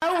Oh,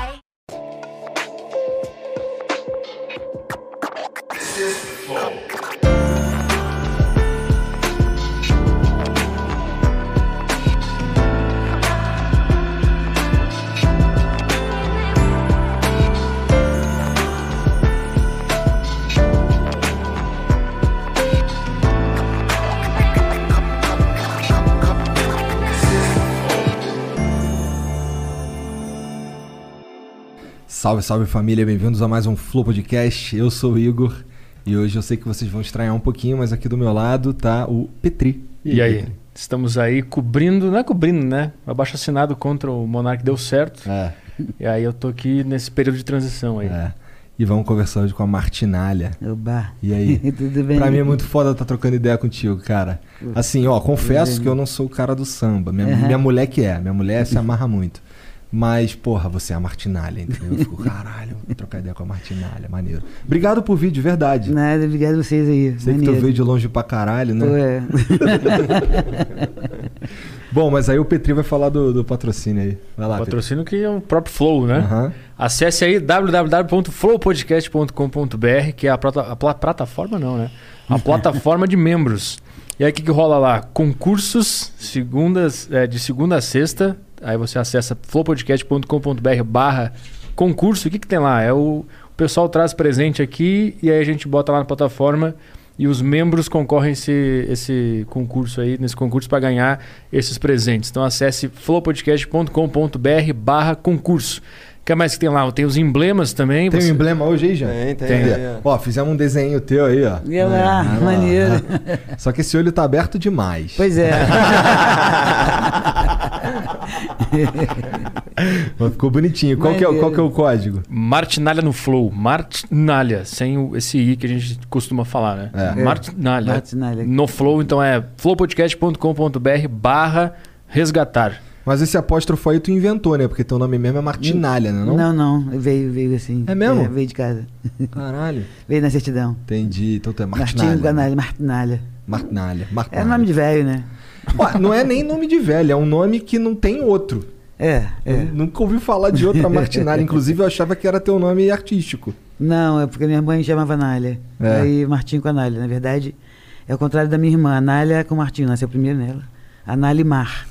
Salve, salve família, bem-vindos a mais um Flow Podcast. Eu sou o Igor e hoje eu sei que vocês vão estranhar um pouquinho, mas aqui do meu lado tá o Petri. E aí? Petri? Estamos aí cobrindo, não é cobrindo, né? O abaixo assinado contra o Monark deu certo. É, E aí eu tô aqui nesse período de transição aí. é. E vamos conversar hoje com a Martinalha. Oba. E aí? Tudo bem? Pra mim é muito foda estar trocando ideia contigo, cara. Assim, ó, confesso que eu não sou o cara do samba. Minha, minha mulher que é, minha mulher se amarra muito. Mas, porra, você é a Martinalha, entendeu? Eu fico, caralho, vou trocar ideia com a Martinalha, maneiro. Obrigado por vir, de verdade. Nada, obrigado a vocês aí. Sei que tu Maneiro. veio de longe pra caralho, né? Pô, é. Bom, mas aí o Petri vai falar do, do patrocínio aí. Vai lá, Patrocínio que é o próprio Flow, né? Petri. tá Aham. Acesse aí www.flowpodcast.com.br, que é a, plata- a pla- plataforma não, né? A plataforma de membros. E aí o que, que rola lá? Concursos segundas, é, de segunda a sexta. Aí você acessa flowpodcast.com.br barra concurso. O que, que tem lá? É o, o pessoal traz presente aqui e aí a gente bota lá na plataforma e os membros concorrem esse, esse concurso aí, nesse concurso para ganhar esses presentes. Então acesse flowpodcast.com.br barra concurso. O que mais que tem lá? Tem os emblemas também. Tem um você- emblema hoje aí, Jean? Tem, tem. Tem. É. Ó, fizemos um desenho teu aí, ó. E lá, vai lá. maneiro. Só que esse olho tá aberto demais. Pois é. Mas ficou bonitinho. Qual que, é, o- qual que é o código? Martinalha no Flow. Martinalha, sem o, esse I que a gente costuma falar, né? É. Martinalha. Martinalha. No Flow, então é flowpodcast.com.br barra resgatar. Mas esse apóstrofo aí tu inventou, né? Porque teu nome mesmo é Martinalha, né? Não? Não, não, veio, veio assim. É mesmo? veio de casa. Caralho. Veio na certidão. Entendi. Então tu é Martinalha. Martinho Martinalha. Ganalha, Martinalha. Martinalha. É nome de velho, né? Ó, não é nem nome de velho, é um nome que não tem outro. É, é. Eu nunca ouvi falar de outra Martinalha. Inclusive eu achava que era teu nome artístico. Não, é porque minha mãe chamava Anália. É. Aí Martinho com Anália. Na verdade, é o contrário da minha irmã. Anália com Martinho, nasceu primeiro nela. Anália e Mar.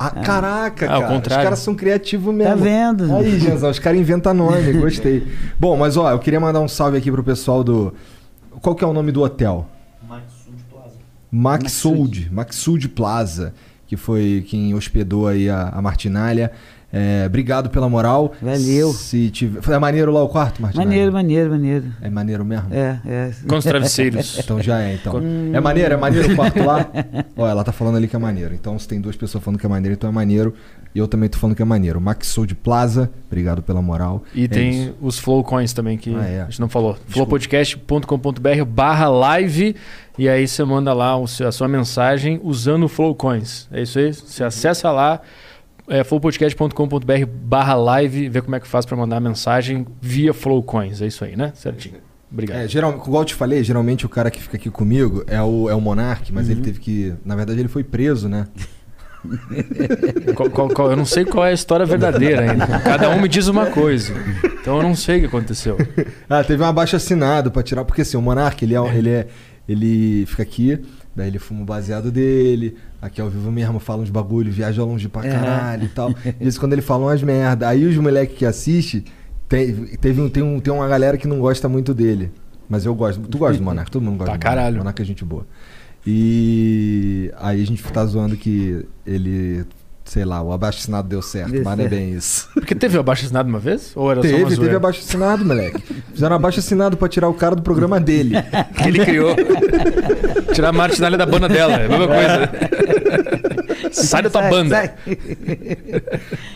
Ah, É. Caraca, Ah, ao cara. Os contrário. caras são criativos mesmo. Tá vendo? Aí, Genzão, os caras inventam nome, gostei. Bom, mas ó, eu queria mandar um salve aqui pro pessoal do. Qual que é o nome do hotel? Maxold, Maxold Plaza, que foi quem hospedou aí a, a Martinalha. É, obrigado pela moral. Valeu. Se tiver... É maneiro lá o quarto, Martinalha? Maneiro, maneiro, maneiro. É maneiro mesmo? É, é. Com os travesseiros. Então já é, então. É maneiro, é maneiro o quarto lá? Ó, ela tá falando ali que é maneiro. Então se tem duas pessoas falando que é maneiro, então é maneiro. E eu também tô falando que é maneiro. Maxou de Plaza, obrigado pela moral. E É tem isso. os Flow Coins também, que Ah, é. a gente não falou. Flowpodcast.com.br barra live. E aí você manda lá o seu- a sua mensagem usando o Flow Coins. É isso aí? Você acessa lá, é, flowpodcast.com.br barra live, vê como é que faz para mandar a mensagem via Flow Coins. É isso aí, né? Certinho. Obrigado. É, geral, igual eu te falei, geralmente o cara que fica aqui comigo é o, é o Monark, Uhum. mas ele teve que. Na verdade, ele foi preso, né? Qual- qual- qual- eu não sei qual é a história verdadeira ainda. Cada um me diz uma coisa. Então eu não sei o que aconteceu. Ah, teve um abaixo assinado pra tirar, porque assim, o Monark, ele é, ele é- ele fica aqui, daí ele fuma o baseado dele, aqui ao vivo mesmo, fala uns bagulho, viaja longe pra caralho e tal. De vez em quando ele fala umas merda. Aí os moleques que assistem, tem, teve um- tem, um, tem uma galera que não gosta muito dele. Mas eu gosto. Tu gosta do Monark, todo mundo gosta Pra do caralho. Monark. Monark é gente boa. E aí a gente tá zoando que ele, sei lá, o abaixo assinado deu certo, Deu mas não é certo. bem isso. Porque teve abaixo assinado uma vez? Ou era só uma Teve, teve zoeira? abaixo assinado, moleque. Fizeram abaixo assinado pra tirar o cara do programa dele. que ele criou. Tirar a martinalha da banda dela. É a mesma coisa. Sai da tua banda.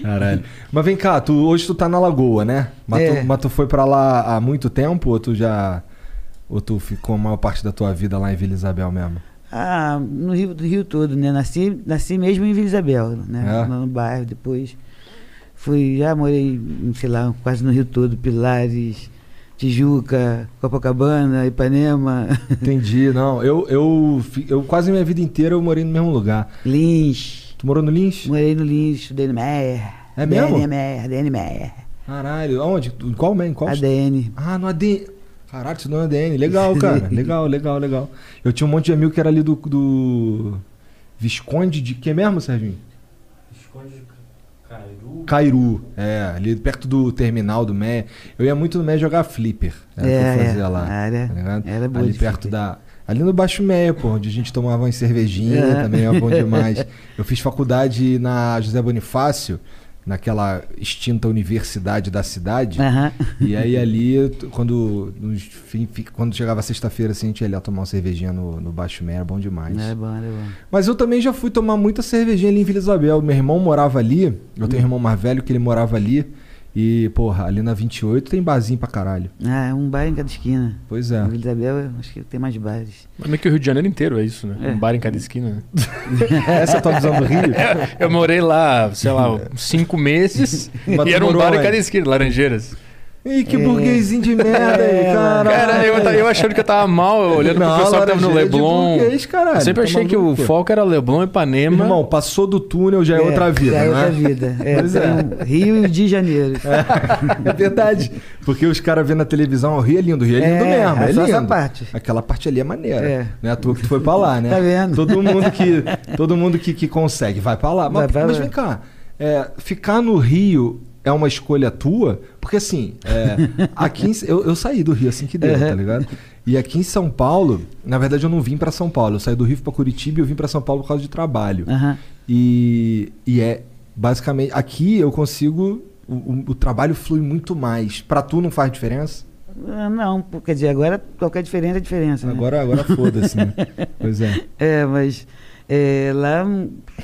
Caralho. Mas vem cá, tu, hoje tu tá na Lagoa, né? Mas, É. tu, mas tu foi pra lá há muito tempo ou tu já. Ou tu ficou a maior parte da tua vida lá em Vila Isabel mesmo? Ah, no Rio, do Rio todo, né? Nasci, nasci mesmo em Vila Isabel, né? É? No, no bairro, depois fui, já morei, sei lá, quase no Rio todo, Pilares, Tijuca, Copacabana, Ipanema, Entendi, não. Eu, eu, fi- eu quase minha vida inteira eu morei no mesmo lugar. Lins. Tu morou no Lins? Morei no Lins, estudei no Meyer. É mesmo? ADN Meyer, ADN Meyer. Caralho, aonde? Tu- Qual mesmo? Qual? ADN. Ah, no ADN. Caralho, tu não é ADN. Legal, cara. legal, legal, legal. Eu tinha um monte de amigo que era ali do. do... Visconde de. Quem mesmo, Serginho? Cairu, é, ali perto do terminal do Mé. Eu ia muito no Mé jogar flipper. Era o É, que eu fazia é, lá. a área tá ligado? era boa ali de perto flipper. da. Ali no Baixo Mé, pô, onde a gente tomava uma cervejinha, É. também era bom demais. Eu fiz faculdade na José Bonifácio, naquela extinta universidade da cidade. Aham. E aí ali, t- quando, nos fim- fi- quando chegava sexta-feira, assim, a gente ia lá tomar uma cervejinha no, no Baixo Mé, era bom demais. Era bom, era bom. Mas eu também já fui tomar muita cervejinha ali em Vila Isabel. Meu irmão morava ali. Eu Uhum. tenho um irmão mais velho que ele morava ali. E, porra, ali na 28 tem barzinho pra caralho. Ah, um bar em cada esquina. Pois é. Em Vila Isabel, eu acho que tem mais bares. Mas meio que o Rio de Janeiro inteiro é isso, né? É. Um bar em cada esquina. né? Essa é a tua visão do Rio? Eu morei lá, sei lá, uns cinco meses Mas e tu era um morou bar em onde? cada esquina, Laranjeiras. Ih, É. que burguesinho de merda aí, cara. Cara, eu, ta- eu achando que eu tava mal, eu olhando Não, pro pessoal que tava no Laranjeira é de Leblon. burguês, caralho. eu sempre Tá achei que o maluco? foco era Leblon e Ipanema. Irmão, passou do túnel, já é, outra vida, Já é né? outra vida. É, Pois é. tem um Rio de Janeiro. É verdade. Porque os caras vêem na televisão, o Rio é lindo, o Rio é lindo É, mesmo. é É só essa lindo. parte. Aquela parte ali é maneira. É. Né? À toa que tu foi pra lá, né? Tá vendo? Todo mundo que, todo mundo que, que consegue vai pra lá. Mas, Vai pra mas lá. vem cá, é, ficar no Rio é uma escolha tua? Porque assim, é, aqui em- eu, eu saí do Rio assim que deu, tá ligado? E aqui em São Paulo, na verdade eu não vim pra São Paulo. Eu saí do Rio pra Curitiba e eu vim pra São Paulo por causa de trabalho. Aham. E, e é basicamente. Aqui eu consigo. O, o- o trabalho flui muito mais. Pra tu não faz diferença? Ah, Não, pô, quer dizer, agora qualquer diferença é diferença. né? Agora, agora foda-se, né? Pois é. É, mas é, lá,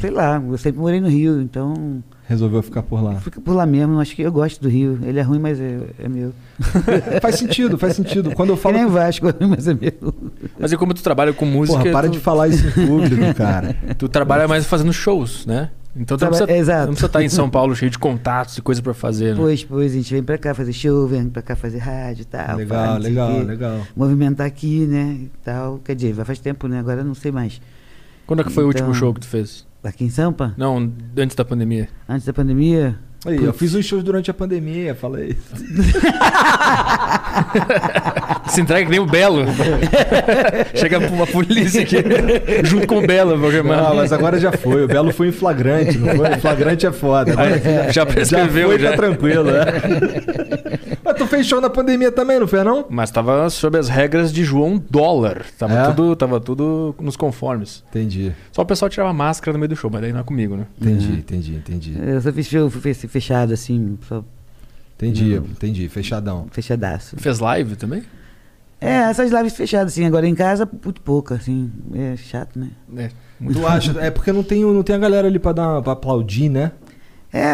sei lá, eu sempre morei no Rio, então Resolveu ficar por lá. fica por lá mesmo. Acho que eu gosto do Rio. Ele é ruim, mas é, é meu. faz sentido, faz sentido. Quando eu Que falo. nem Vasco, é ruim, mas é meu. Mas e como tu trabalha com música, Porra, para tu, de falar isso em público, cara. tu trabalha mais fazendo shows, né? Então tu não Traba- precisa, Exato. não precisa estar em São Paulo cheio de contatos e coisa pra fazer, né? Pois, pois, a gente vem pra cá fazer show, vem pra cá fazer rádio e Ah, tal. legal, pá, não sei o legal, quê. legal. Movimentar aqui, né? E tal. Quer dizer, vai faz tempo, né? Agora eu não sei mais. Quando é que foi o último Então- show que tu fez? Aqui em Sampa, Não, antes da pandemia. antes da pandemia, Aí, eu fiz uns shows durante a pandemia, falei. Se entrega que nem o Belo. Chega uma polícia aqui, junto com o Belo, vou chamar. Não, mas agora já foi. O Belo foi em flagrante, não foi? Flagrante é foda. Agora Aí, já já prescreveu, foi, já. tá tranquilo, é. Mas tu fez show na pandemia também, não fez, não? Mas tava sob as regras de João Dólar. Tava, É? tudo, tava tudo nos conformes. Entendi, Só o pessoal tirava máscara no meio do show, mas daí não é comigo, né? entendi, entendi, entendi. eu só fiz show fe- fechado, assim, só Entendi, entendi. Fechadão. fechadaço. Fez live também? É, essas lives fechadas, assim, agora em casa, muito pouca, assim, é chato, né? É. Tu acha? É porque não tem, não tem a galera ali pra, dar, pra aplaudir, né? É,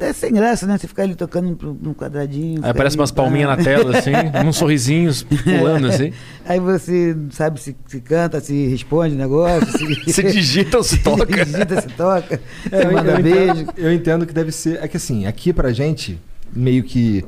é sem graça, né? Você ficar ali tocando pro- num quadradinho. Aí aparece ficar ali, umas palminhas na pá. tela, assim, uns sorrisinhos pulando, assim. Aí você não sabe se, se canta, se responde o negócio, se, Se digita ou se toca. digita, se toca, É, se eu, manda eu beijo. entendo, eu entendo que deve ser. É que assim, aqui pra gente, meio que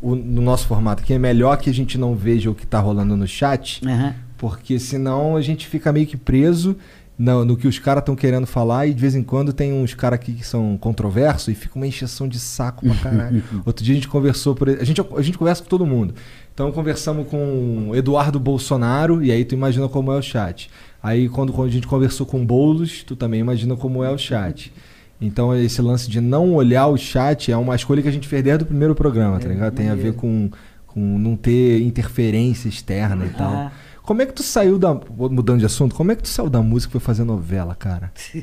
o, no nosso formato, que é melhor que a gente não veja o que tá rolando no chat, Aham. porque senão a gente fica meio que preso. No, no que os caras estão querendo falar, e de vez em quando tem uns caras aqui que são controversos e fica uma encheção de saco pra caralho. Outro dia a gente conversou por. A gente, a gente conversa com todo mundo. Então conversamos com o Eduardo Bolsonaro, e aí tu imagina como é o chat. Aí quando, quando a gente conversou com o Boulos, tu também imagina como é o chat. Então esse lance de não olhar o chat é uma escolha que a gente fez desde o primeiro programa, tá ligado? Tem a ver com, com não ter interferência externa e tal. Ah. Como é que tu saiu da. Mudando de assunto, como é que tu saiu da música e foi fazer novela, cara?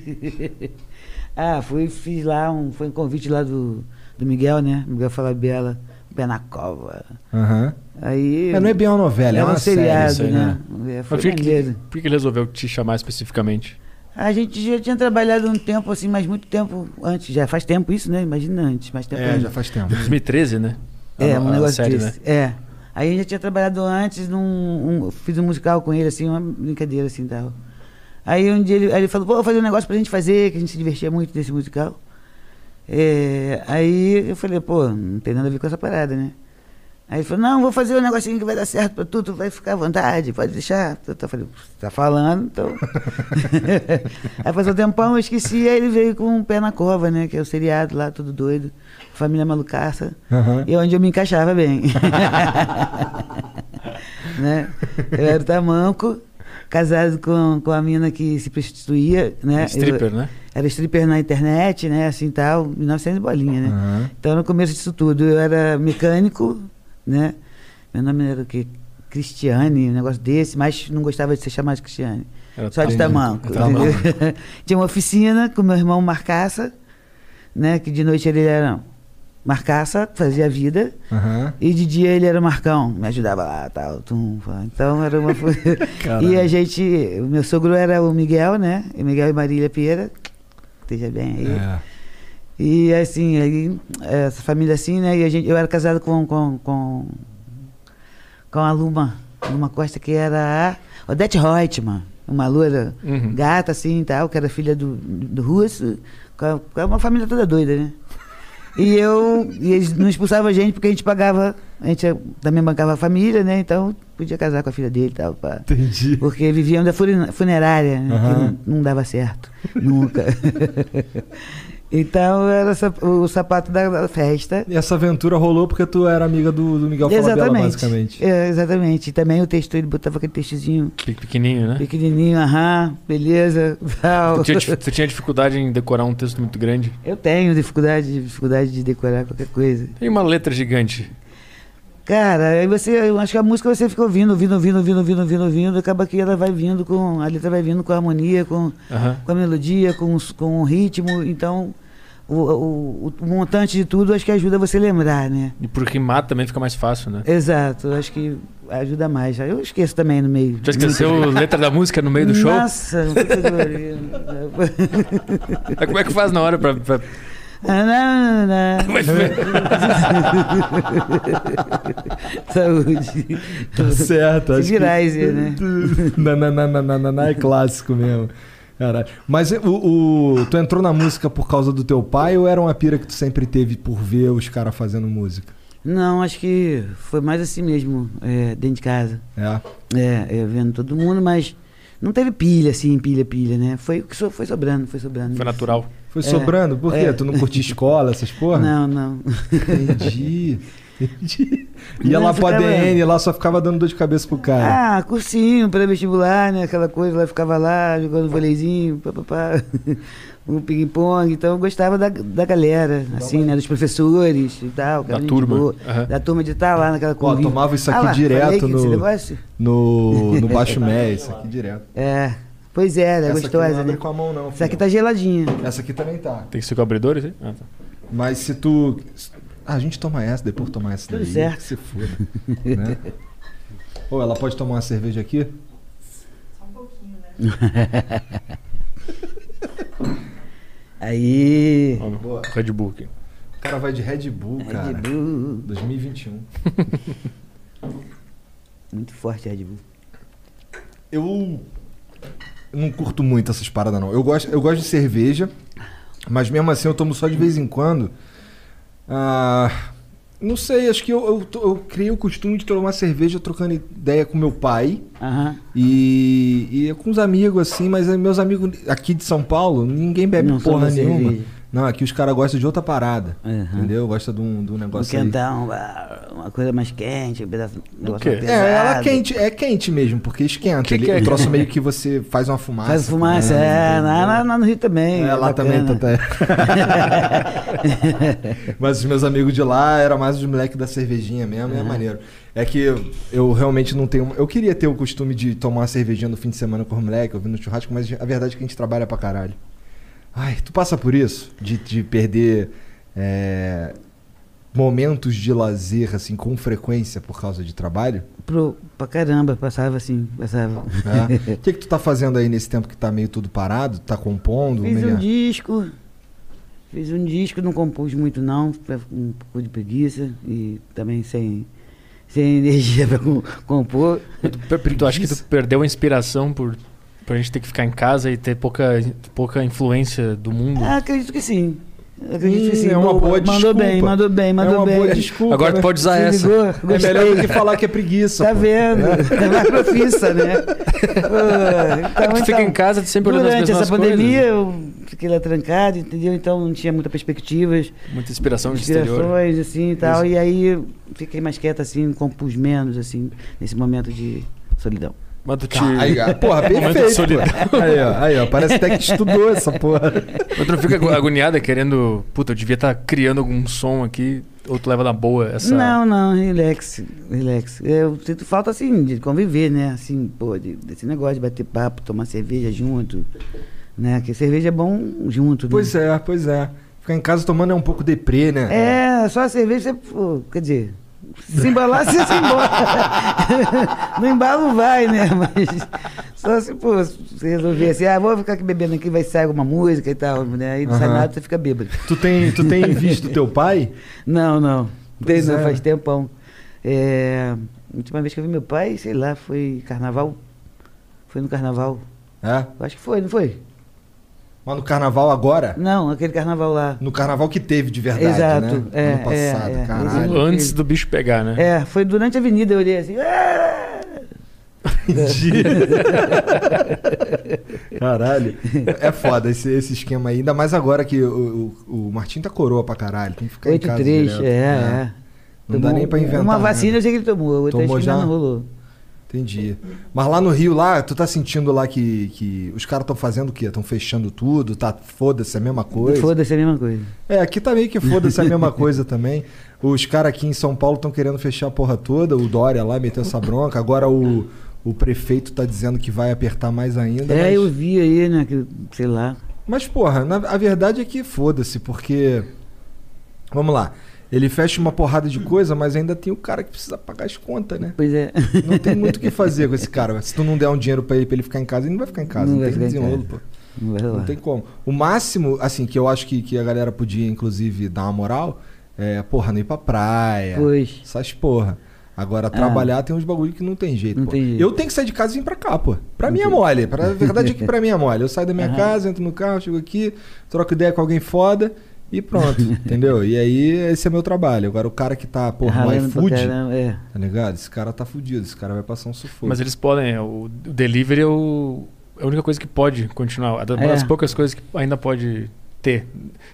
Ah, fui, fiz lá um. Foi um convite lá do, do Miguel, né? Miguel Falabella, Pé na Cova. Aham. Aí. É, não é bem uma novela, é, é um uma série. seriado, isso aí, né? É, foi Mas por que, que- maneiro. por que que ele resolveu te chamar especificamente? A gente já tinha trabalhado um tempo assim, mas muito tempo antes. Já faz tempo isso, né? Imagina antes, mais tempo É, ainda. já faz tempo. 2013, né? É, A- um a negócio série, desse. É. Aí a gente já tinha trabalhado antes, num, um- fiz um musical com ele, assim, uma brincadeira assim tal. Aí um dia ele, aí ele falou, pô, vou fazer um negócio pra gente fazer, que a gente se divertia muito nesse musical. É, aí eu falei, pô, não tem nada a ver com essa parada, né? Aí ele falou, não, vou fazer um negocinho que vai dar certo pra tu, tu vai ficar à vontade, pode deixar. Eu t- falei, "Pô, tá falando, então. aí passou um tempão, eu esqueci, aí ele veio com o pé na cova, né? Que é o seriado lá, tudo doido, família malucaça. Aham. E onde eu me encaixava bem. né? Eu era tamanco, casado com, com a mina que se prostituía, né? Stripper, Eu- né? Era stripper na internet, né? Assim tal, 1900 e bolinha, né? Aham. Então, no começo disso tudo, eu era mecânico, né? Meu nome era o quê? Cristiane, um negócio desse, mas não gostava de ser chamado de Cristiane. Era Só de tamanho. tamanco. entendeu? Tinha uma oficina com meu irmão Marcaça, né? Que de noite ele era Marcaça, fazia a vida. Aham. E de dia ele era o Marcão, me ajudava lá, tal, tum, pá. Então era uma. fo- e a Caralho. gente. O meu sogro era o Miguel, né? E Miguel e Marília Pieira. Esteja bem aí. É. E assim, aí, essa família assim, né? E a gente, eu era casado com, com, com, com a Luma, Luma Costa, que era a Odete Reutemann, uma loira Uhum. gata assim e tal, que era filha do, do russo, com a- com uma família toda doida, né? E eu, e eles não expulsavam a gente porque a gente pagava, a gente também bancava a família, né? Então podia casar com a filha dele e tal. Pá. Entendi. Porque viviam da fune- funerária, né, que Aham. não, não dava certo, nunca. então era sa- o sapato da, da festa. E essa aventura rolou porque tu era amiga do, do Miguel Falabella, basicamente. É, exatamente. E também o texto, ele botava aquele textozinho Pe- Pequenininho, né? pequenininho, aham, beleza, tal. Tu tinha, dif- tu tinha dificuldade em decorar um texto muito grande. Eu tenho dificuldade, dificuldade de decorar qualquer coisa. Tem uma letra gigante. Cara, aí você, eu acho que a música você fica ouvindo, ouvindo, ouvindo, ouvindo, ouvindo, ouvindo, ouvindo, acaba que ela vai vindo com, a letra vai vindo com a harmonia, com Aham. com a melodia, com, os- com o ritmo. Então, o, o, o montante de tudo acho que ajuda você a lembrar, né? E por rimar também fica mais fácil, né? Exato, acho que ajuda mais. Eu esqueço também no meio. Já esqueceu a letra da música no meio do show? Nossa, puta que pariu. Aí Como é que faz na hora pra. pra- Ah, não, não, não. Saúde. Tá certo. acho que- Virizer, né? na, na, na, na, na, na, na é clássico mesmo. Caralho. Mas o, o- tu entrou na música por causa do teu pai ou era uma pira que tu sempre teve por ver os caras fazendo música? Não, acho que foi mais assim mesmo, é, dentro de casa. É. É, é, vendo todo mundo, mas não teve pilha, assim, pilha, pilha, né? Foi o que so- foi sobrando, foi sobrando. Foi natural. Foi É, sobrando? Por quê? é. Tu não curtia escola, essas porra? Não, não. Entendi. Entendi. Ia Não, lá pro ficava- ADN, lá só ficava dando dor de cabeça pro cara. é Ah, cursinho, pré-vestibular, né? Aquela coisa, lá ficava lá, jogando voleizinho, papapá, o ping-pong. Então eu gostava da, da galera, assim, né? Dos professores e tal. aquela Da gente turma. boa, Aham. Da turma de estar lá naquela Ah, Ó, coisa. É. tomava isso aqui direto Esse no, negócio? no, no baixo médio, isso aqui direto. É. Pois é, Essa aqui era não gostosa, abre né? com a mão não, Essa aqui tá filhão. geladinha. Essa aqui também tá. Tem que ser com abridores? hein? Ah, tá. Mas se tu. Ah, a gente toma essa, depois toma essa Tudo daí. certo. Se foda. né? Ou ela pode tomar uma cerveja aqui? Aí. Ó, no Boa. Red Bull aqui. O cara vai de Red Bull, cara. Red Bull. 2021. Muito forte, Red Bull. Eu não curto muito essas paradas, não. Eu gosto, eu gosto de cerveja, mas mesmo assim eu tomo só de vez em quando. Ah, não sei, acho que eu, eu, to- eu criei o costume de tomar cerveja trocando ideia com meu pai. Aham. E, e com uns amigos assim, mas meus amigos aqui de São Paulo, ninguém bebe Não porra toma nenhuma. cerveja. Não, aqui os caras gostam de outra parada. Aham. Entendeu? Gosta de um, de um Um negócio aí. quentão, ah, uma coisa mais quente, um pedaço um negócio quê? mais pesado. É, ela quente, é quente mesmo, porque esquenta. Que Ele, que é o troço que- meio que você faz uma fumaça. né? Faz fumaça, é, lá, lá- lá no Rio também. É, lá também, bacana. tá, Mas os meus amigos de lá era mais os moleques da cervejinha mesmo, e é maneiro. É que eu- eu realmente não tenho. Eu queria ter o costume de tomar uma cervejinha no fim de semana com os moleques, ouvindo churrasco, mas a verdade é que a gente trabalha pra caralho. Ai, tu passa por isso? De, de perder. é, momentos de lazer, assim, com frequência por causa de trabalho? Pro, pra caramba, passava assim, passava. né? O que, que tu tá fazendo aí nesse tempo que tá meio tudo parado? Tá compondo? Fiz um Miriam? disco. Fiz um disco, não compus muito não, pra- com um pouco de preguiça e também sem, sem energia pra com- compor. Tu, per- tu acha que tu perdeu a inspiração por, por a gente ter que ficar em casa e ter pouca, pouca influência do mundo? Ah, acredito que sim. Acredito que Hum, sim. é uma Mandou- boa Mandou bem, desculpa. mandou bem, mandou é uma bem. boa desculpa. Agora tu né? pode usar Se essa. ligou? É Gostei. melhor do que falar que é preguiça. Tá pô. vendo? É mais profissa, né? Ah, então, É É tu fica então, em casa tu sempre olhando as Durante mesmas essa pandemia, coisas. eu fiquei lá trancado, entendeu? Então não tinha muita perspectivas, Muita inspiração de exterior. inspirações, assim e tal. E aí eu fiquei mais quieta, assim, compus menos, assim, nesse momento de solidão. Mas tu te... Tá, Aí, ó, porra, Momento de perfeito. solidão. pô. Aí, ó, aí, ó, parece até que estudou essa porra. Mas tu não fica agu- agoniada querendo... Puta, eu devia estar criando algum som aqui. Ou tu leva na boa essa... Não, não, relax, relax. Eu sinto falta, assim, de conviver, né? Assim, pô, de- desse negócio de bater papo, tomar cerveja junto, né? Que cerveja é bom junto, né? Pois é, pois é. Ficar em casa tomando é um pouco deprê, né? É, só a cerveja, pô, quer dizer, se embalar, você se embora. no embalo vai, né? Mas só se, pô, se resolver assim, ah, vou ficar aqui bebendo aqui, vai sair alguma música e tal, né? Aí não sai Aham. nada, você fica bêbado. Tu tem, tu tem visto teu pai? Não, não. Tem, Pois não é. faz tempão. É, a última vez que eu vi meu pai, sei lá, foi carnaval. Foi no carnaval. É? Eu Acho que foi, não foi? Mas no carnaval agora? Não, aquele carnaval lá. No carnaval que teve de verdade, Exato, né? é, ano passado, é, é. caralho. Antes do bicho pegar, né? É, foi durante a avenida, eu olhei assim. "Ah!" Caralho. É foda esse, esse esquema aí. Ainda mais agora que o, o, o Martim tá coroa pra caralho. Tem que ficar em casa 8-3, direto, é, né? é. Não dá Tomou nem pra inventar. Uma nada. vacina eu sei que ele tomou, a outra Tomou acho que ainda já? não rolou. Entendi. Mas lá no Rio, lá, tu tá sentindo lá que, que os caras estão fazendo o quê? Estão fechando tudo, tá foda-se a mesma coisa. Foda-se, é a mesma coisa. É, aqui tá meio que foda-se a mesma coisa também. Os caras aqui em São Paulo estão querendo fechar a porra toda, o Dória lá meteu essa bronca, agora o, o prefeito tá dizendo que vai apertar mais ainda. É, mas, eu vi aí, né, que, sei lá. mas, porra, na- a verdade é que foda-se, porque. Vamos lá. Ele fecha uma porrada de coisa, mas ainda tem o cara que precisa pagar as contas, né? Pois é. Não tem muito o que fazer com esse cara. Se tu não der um dinheiro pra ele, pra ele ficar em casa, ele não vai ficar em casa. Não Não, vai tem ficar em desenrolo, casa. pô. Não vai Não rolar. tem como. O máximo, assim, que eu acho que, que a galera podia, inclusive, dar uma moral, é, porra, não ir pra praia. Pois. Ah. Essas porra. Agora, trabalhar tem uns bagulho que não tem jeito, Não pô. tem jeito. Eu tenho que sair de casa e vir pra cá, pô. Pra mim é mole. Pra, a verdade é que pra mim é mole. Eu saio da minha casa, entro no carro, chego aqui, troco ideia com alguém foda e pronto, entendeu? E aí, esse é meu trabalho. Agora, o cara que tá, porra, no Ralando pra iFood, caramba, é. tá ligado? Esse cara tá fudido, esse cara vai passar um sufoco. Mas eles podem, é, o o delivery é, o- é a única coisa que pode continuar. É da- Uma É. das poucas coisas que ainda pode ter.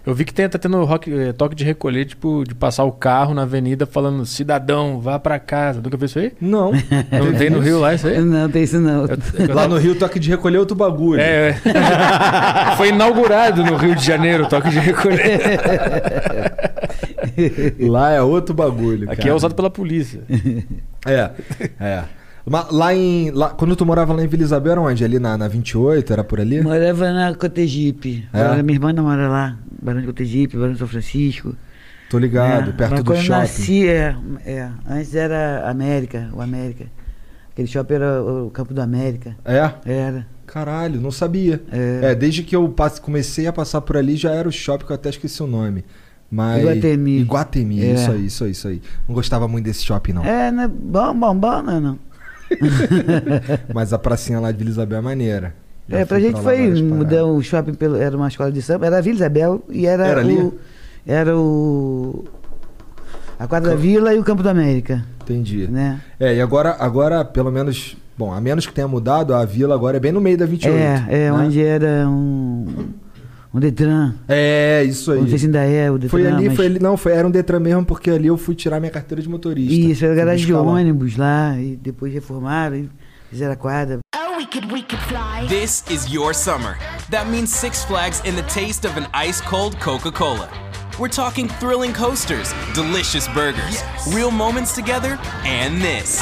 Eu vi que tem, tá tendo rock- eh, toque de recolher, tipo, de passar o carro na avenida falando, cidadão, vá pra casa. Nunca viu isso aí? Não. Não tem no Rio lá isso aí? É. Não, tem isso não. Eu- eu- Lá no Rio, toque de recolher outro bagulho. É, é. foi inaugurado no Rio de Janeiro o toque de recolher. Lá é outro bagulho, Aqui cara. é usado pela polícia. É, é. Mas lá em. lá- quando tu morava lá em Vila Isabel, era onde? Ali na, na 28, era por ali? Morava na Cotegipe. É? Agora Minha irmã não mora lá. Barão de Cotegipe, Barão de São Francisco. Tô ligado, É, perto mas do quando shopping. eu nasci, é, é. Antes era América, o América. Aquele shopping era o Campo do América. É? Era. Caralho, não sabia. É. É, desde que eu passe- comecei a passar por ali, já era o shopping que eu até esqueci o nome. Mas... Iguatemi. Iguatemi, É. isso aí, isso aí, isso aí. Não gostava muito desse shopping, não. É, né? Bom, bom, bom, não, não. Mas a pracinha lá de Vila Isabel é maneira. Já É, pra fui gente lá foi várias mudar paradas. o shopping, pelo, era uma escola de samba, era a Vila Isabel e era, Era o. ali? Era o. A quadra da Vila e o Campo da América, Entendi. né? É, e agora, agora, pelo menos. Bom, a menos que tenha mudado, a vila agora é bem no meio da 28. é, né? é, onde era um. Um Detran. É, isso aí. Não sei se ainda é o Detran. Foi ali, mas- foi ali, não, foi, era um Detran mesmo, porque ali eu fui tirar minha carteira de motorista. Isso, era Fui garagem de buscar lá. ônibus lá, e depois reformaram, e fizeram a quadra. Oh, we could, we could fly. This is your summer. That means Six Flags and the taste of an ice cold Coca Cola. We're talking thrilling coasters, delicious burgers, real moments together, and this.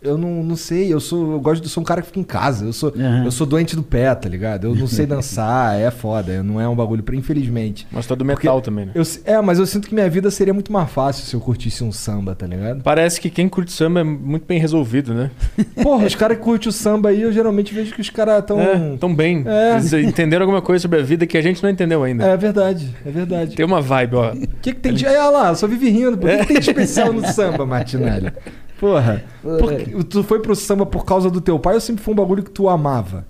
eu não, não sei, eu sou. Eu gosto de sou um cara que fica em casa. Eu sou, Aham. eu sou doente do pé, tá ligado? Eu não sei dançar, é foda. Não é um bagulho pra infelizmente. Mas todo metal também, né? Eu se- é, mas eu sinto que minha vida seria muito mais fácil se eu curtisse um samba, tá ligado? Parece que quem curte samba é muito bem resolvido, né? Porra, os caras que curtem o samba aí, eu geralmente vejo que os caras Hum. estão. É, tão bem. É. Eles entenderam alguma coisa sobre a vida que a gente não entendeu ainda. É, verdade, é verdade. Tem uma vibe, ó. O que, que tem de. É olha lá, só vive rindo. Por que, que tem de especial no samba, Martinelli? Porra. por que- tu foi pro samba por causa do teu pai ou sempre foi um bagulho que tu amava?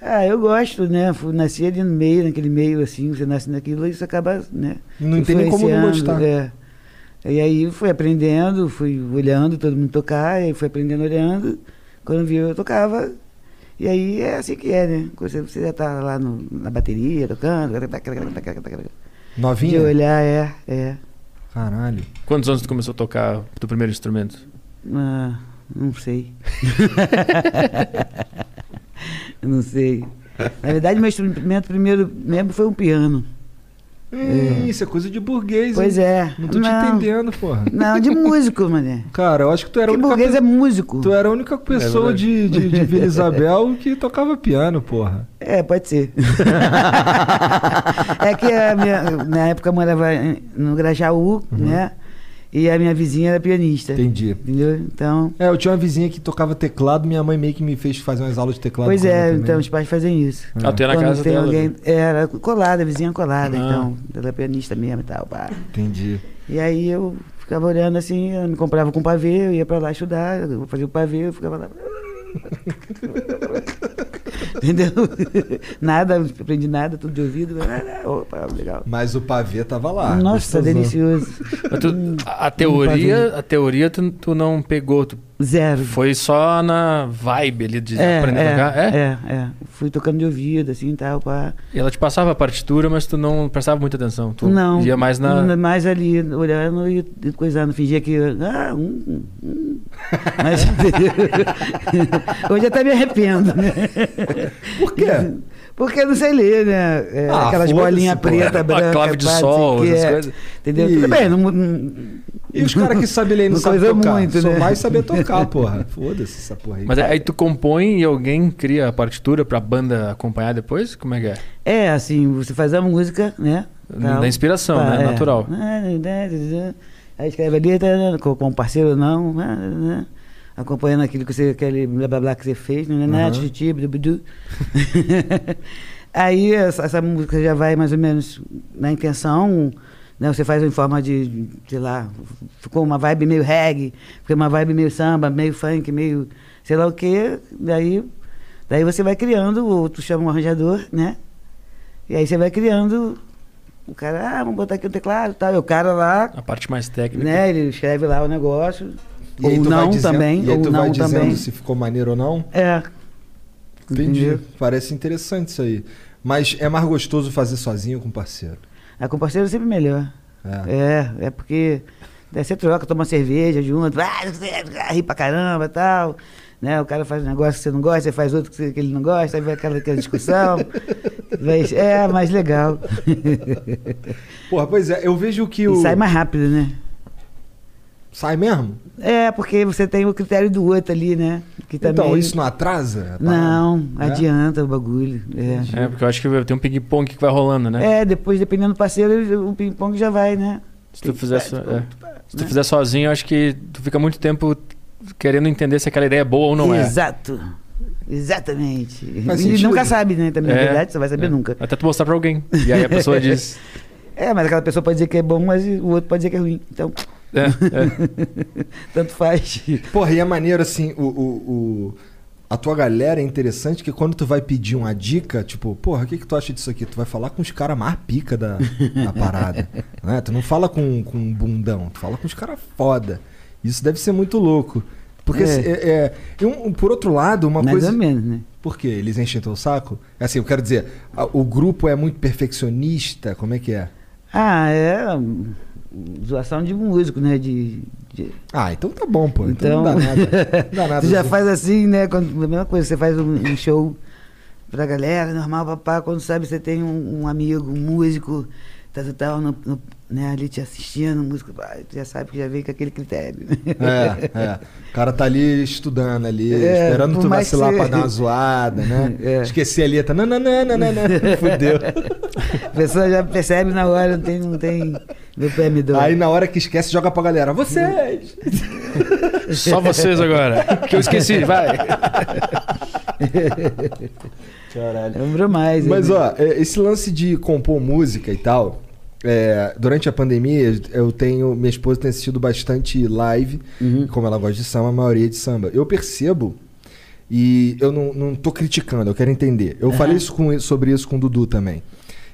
Ah, eu gosto, né? Fui, nasci ali no meio, naquele meio assim, você nasce naquilo e isso acaba, né? Não tem nem como não influenciando, gostar. É. E aí fui aprendendo, fui olhando todo mundo tocar, e aí fui aprendendo olhando. Quando viu, eu tocava. E aí é assim que é, né? Quando Você, você já tá lá no- na bateria, tocando. De Novinha? olhar, é, é. Caralho. Quantos anos tu começou a tocar teu primeiro instrumento? Ah, não sei. não sei. Na verdade, meu instrumento primeiro mesmo foi um piano. Hum, Isso é coisa de burguês, Pois hein? é. Não tô te entendendo, porra. Não, de músico, mané. Cara, eu acho que tu era a Porque única burguês é músico. Tu era a única pessoa de, de, de Vila Isabel que tocava piano, porra. É, pode ser. é que a minha- na época eu morava em- no Grajaú, Uhum. né? E a minha vizinha era pianista. Entendi. Entendeu? Então. É, eu tinha uma vizinha que tocava teclado, minha mãe meio que me fez fazer umas aulas de teclado. pois com ela é, também. então os pais fazem isso. Ah, tu ia na Quando casa tem dela. alguém. né? Era colada, vizinha colada, Ah. então. Ela é pianista mesmo e tal. pá. Entendi. E aí eu ficava olhando assim, ela me comprava com pavê, eu ia pra lá estudar, eu fazia o pavê, eu ficava lá. Entendeu? Nada, não aprendi nada, tudo de ouvido. né? Opa, legal. Mas o pavê tava lá. Nossa, gostosão. delicioso. Mas tu- Hum, a a teoria, a teoria tu, tu não pegou, tu Zero. foi só na vibe ali de aprender a tocar. É? é, é. Fui tocando de ouvido, assim, tal, pá. E ela te passava a partitura, mas tu não prestava muita atenção. Tu não. ia mais na. n- Mais ali, olhando e e coisando. Fingia que. Ah, hum, hum. Mas, hoje eu até me arrependo, né? Assim, Por quê? Porque eu não sei ler, né? É, Ah, aquelas foda-se, bolinhas pô. preta, A branca, clave de pá, não sei sol, o quê, essas é. coisas. Entendeu? E- Tudo bem, não- não- E os caras que sabem ler e não, Não sabem coisa tocar. muito, Só né? mais saber tocar, porra. Foda-se essa porra aí. Mas aí tu compõe e alguém cria a partitura pra banda acompanhar depois? Como é que é? É, assim, você faz a música, né? Na inspiração, Pá, né? é. né, Natural. Aí escreve ali, tá, com com um parceiro ou não, né? acompanhando aquilo que você, aquele blá blá blá que você fez, né? né, Aham. tchutchu, blu, blu. Aí essa, essa música já vai mais ou menos na intenção, né? Você faz em forma de, sei lá, ficou uma vibe meio reggae, ficou uma vibe meio samba, meio funk, meio sei lá o quê. Daí, daí você vai criando, ou tu chama um arranjador, né? E aí você vai criando. O cara, ah, vamos botar aqui um teclado e tal. E o cara lá, A parte mais técnica. né? Ele escreve lá o negócio. E Ou aí tu vai não dizendo- também. E aí ou tu não vai dizendo também. se ficou maneiro ou não. É. Entendi. Entendeu? Parece interessante isso aí. Mas é mais gostoso fazer sozinho com parceiro. A com parceiro é sempre melhor. É. É, é porque daí você troca, toma uma cerveja junto, ah, não sei, ah, ri pra caramba e tal. Né? O cara faz um negócio que você não gosta, você faz outro que, você- que ele não gosta, aí vai aquela, aquela discussão. Mas é mais legal. Porra, pois é, eu vejo que E o. sai mais rápido, né? Sai mesmo? É, porque você tem o critério do outro ali, né? Que também... Então, isso não atrasa? a Não, parada? É? adianta o bagulho. É. É, porque eu acho que tem um ping-pong que vai rolando, né? É, depois, dependendo do parceiro, ele- o ping-pong já vai, né? Se tu fizer, so- é. Se tu fizer sozinho, eu acho que tu fica muito tempo querendo entender se aquela ideia é boa ou não Exato. Exatamente. Faz e sentido. nunca sabe, né? Também, na É. verdade, você vai é. saber É. nunca. Até tu mostrar pra alguém. E aí a pessoa diz. É, mas aquela pessoa pode dizer que é bom, mas o outro pode dizer que é ruim. Então, É, é. tanto faz. Porra, e é maneiro assim, o, o, o- a tua galera é interessante que quando tu vai pedir uma dica, tipo, porra, o que, que tu acha disso aqui? Tu vai falar com os caras mais pica da, da parada. né? Tu não fala com, com um bundão, tu fala com os caras foda. Isso deve ser muito louco. Porque, É. se- é, é, e um- por outro lado, uma Mais coisa. ou menos, né? Por quê? Eles enchem teu saco? Assim, eu quero dizer, a- o grupo é muito perfeccionista, como é que é? Ah, é. hum, Zoação de músico, né? De, de- Ah, então tá bom, pô. Então, não Então- dá nada. Não dá nada. Tu já assim. faz assim, né? Quando, a mesma coisa, você faz um, um show pra galera, normal, papá, quando sabe você tem um, um amigo, um músico, tal, tal, tal, no- no- né, ali te assistindo, músico, pá, tu já sabe que já vem com aquele critério. É, é. O cara tá ali estudando ali, É, esperando por tu mais que vacilar você- pra dar uma zoada, né? É. Esqueci ali, tá. Não, não, não, não, não, não. Fudeu. A pessoa já percebe na hora, não tem, não tem VPM2. Aí na hora que esquece, joga pra galera. Vocês! é, Só vocês agora. Que eu esqueci, vai. Caralho. Lembrou mais. hein, Mas né? ó, é, esse lance de compor música e tal. é, durante a pandemia, eu tenho. Minha esposa tem assistido bastante live. Uhum. Como ela gosta de samba, a maioria é de samba. Eu percebo. E eu não, não tô criticando, eu quero entender. Eu falei isso com- sobre isso com o Dudu também.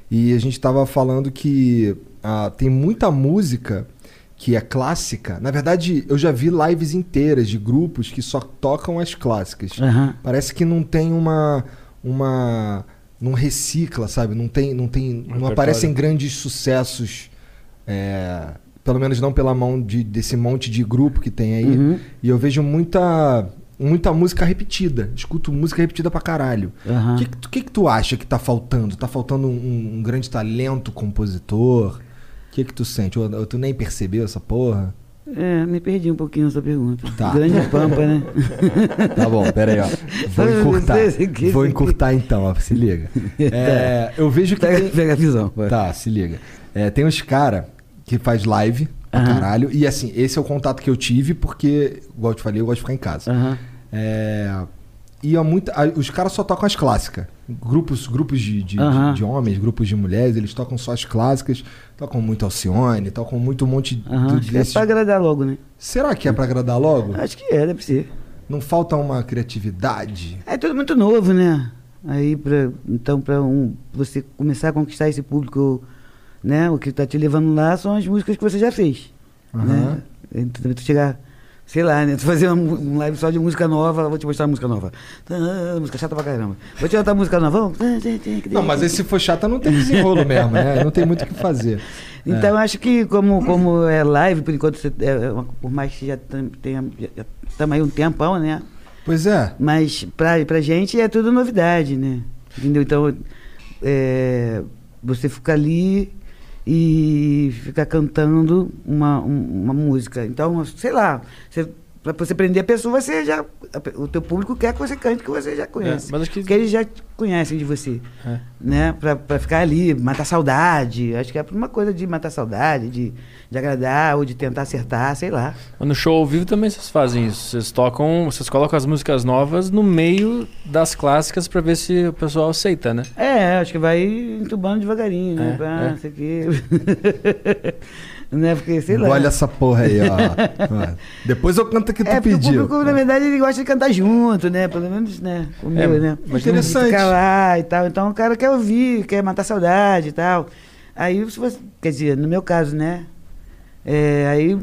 E a gente tava falando que ah, tem muita música que é clássica. Na verdade, eu já vi lives inteiras de grupos que só tocam as clássicas. Aham. Parece que não tem uma. uma não recicla, sabe? Não tem. Não, tem, não repertório. aparecem grandes sucessos. é, pelo menos não pela mão de- desse monte de grupo que tem aí. E eu vejo muita. Muita música repetida. Escuto música repetida pra caralho. Aham. O que, que tu- que que tu acha que tá faltando? Tá faltando um, um grande talento compositor? O que, que tu sente? Ou, ou tu nem percebeu essa porra? É, me perdi um pouquinho nessa pergunta. Tá. Grande pampa, né? Tá bom, peraí, ó. Vou Ai, meu encurtar. Deus, esse aqui, Vou esse aqui. encurtar então, ó. Se liga. É, eu vejo que. Pega, tem- pega a visão. vai. Tá, se liga. É, tem uns cara que faz live pra Aham. caralho. E assim, esse é o contato que eu tive, porque, igual eu te falei, eu gosto de ficar em casa. Aham. É, e é muita, a- os caras só tocam as clássicas. Grupos, grupos de, de, Aham. de- de homens, grupos de mulheres, eles tocam só as clássicas, tocam muito Alcione, tocam muito um monte Aham. do- Acho que É desses. pra agradar logo, né? Será que é pra agradar logo? Acho que é, deve ser. Não falta uma criatividade? É tudo muito novo, né? Aí pra, então para um você começar a conquistar esse público, né? O que tá te levando lá são as músicas que você já fez, Aham. né? Então, também tu chegar, sei lá, né? Tu fazer uma mu- um live só de música nova, vou te mostrar a música nova. Ah, música chata pra caramba. Vou te botar a música nova. vamos? Não, mas aí se for chata não tem desenrolo mesmo, né? Não tem muito o que fazer. Então É. eu acho que como, como é live, por enquanto, você- é- é uma- por mais que já tam- tenha, estamos aí um tempão, né? Pois é. Mas pra, pra gente é tudo novidade, né? Entendeu? Então, é, você fica ali e fica cantando uma, um- uma música. Então, sei lá, você, pra você prender a pessoa, você já. a pe- O teu público quer que você cante o que você já conhece. É, mas acho que- Porque eles já te conhecem de você. É. Né? Pra, pra ficar ali, matar saudade. Acho que é por uma coisa de matar saudade, de, de agradar ou de tentar acertar, sei lá. Mas No show ao vivo também vocês fazem isso. Vocês tocam, vocês colocam as músicas novas no meio das clássicas pra ver se o pessoal aceita, né? É, acho que vai entubando devagarinho, né? É, Pá, é. Não sei o quê. né? Porque, sei lá. Olha essa porra aí, ó. Ó. Depois eu canto o que tu é, porque o pediu. público, na verdade, ele gosta de cantar junto, né? Pelo menos, né? O meu, É, né? mas Interessante. De Ficar lá e tal. Então, o cara quer ouvir, quer matar saudade e tal. Aí, se você... Quer dizer, no meu caso, né? É, aí,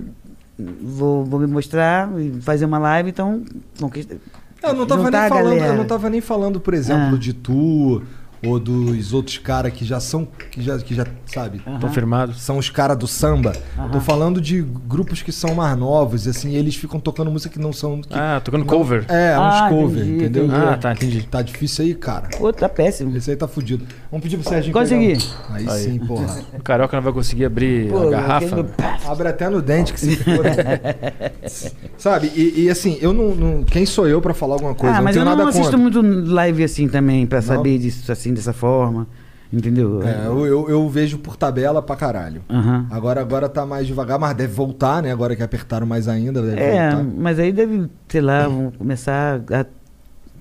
vou, vou me mostrar e fazer uma live, então... Conquista... Eu não tava, juntar nem a falando, eu tá, galera. não tava nem falando, por exemplo, Ah. de tu ou dos outros caras que já são, que já, que já sabe, Confirmado. são os caras do samba. Tô falando de grupos que são mais novos, assim, eles ficam tocando música que não são. Que, Ah, tocando não- cover. É, uns Ah, cover, entendi, entendeu? entendi. Ah, tá, entendi. Tá difícil aí, cara. Pô, tá péssimo. Esse aí tá fudido. Vamos pedir pro Serginho. Consegui. pegar um. Aí, sim, porra. O Carioca não vai conseguir abrir Pô, a garrafa. aquele- pá, Abre até no dente que se for. Sabe, e, e assim, eu não, não- Quem sou eu pra falar alguma coisa? Ah, não mas tenho eu não nada assisto contra. muito live assim também, pra saber disso assim, dessa forma. Entendeu? É, eu, eu- eu vejo por tabela pra caralho. Aham. Agora, agora tá mais devagar, mas deve voltar, né? Agora que apertaram mais ainda, deve É, voltar. mas aí deve, sei lá, vão começar a.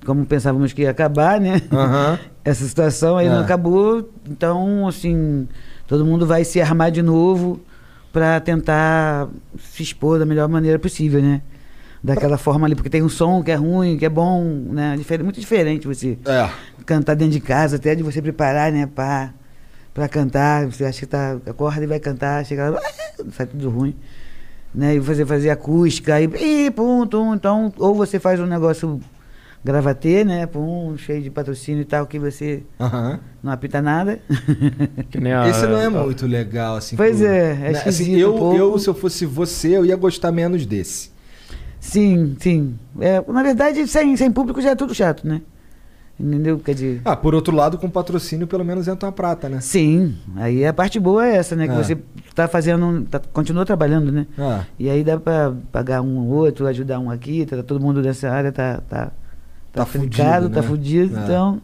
Como pensávamos que ia acabar, né? Aham. Essa situação aí É. não acabou, então, assim, todo mundo vai se armar de novo pra tentar se expor da melhor maneira possível, né? Daquela forma ali, porque tem um som que é ruim, que é bom, né? Difer- muito diferente você É. cantar dentro de casa, até de você preparar, né, pra, pra cantar. Você acha que tá, acorda e vai cantar, chega lá, sai tudo ruim. Né, e você fazer acústica, aí, ih, pum, tum, então, ou você faz um negócio gravatê, né, pum, cheio de patrocínio e tal, que você Aham. não apita nada. Que nem a- Esse não é a- muito legal, assim. Pois pro- é, é né? Assim, esquisito um eu, pouco. eu, se eu fosse você, eu ia gostar menos desse. sim, sim. É, na verdade, sem, sem público já é tudo chato, né? Entendeu? Quer dizer... Ah, por outro lado, com patrocínio, pelo menos entra uma prata, né? Sim, aí a parte boa é essa, né? Que É. você tá fazendo, tá, continua trabalhando, né? Ah, E aí dá pra pagar um ou outro, ajudar um aqui, tá, todo mundo dessa área tá tá Tá tá, trincado, fudido, tá né? fudido, É. então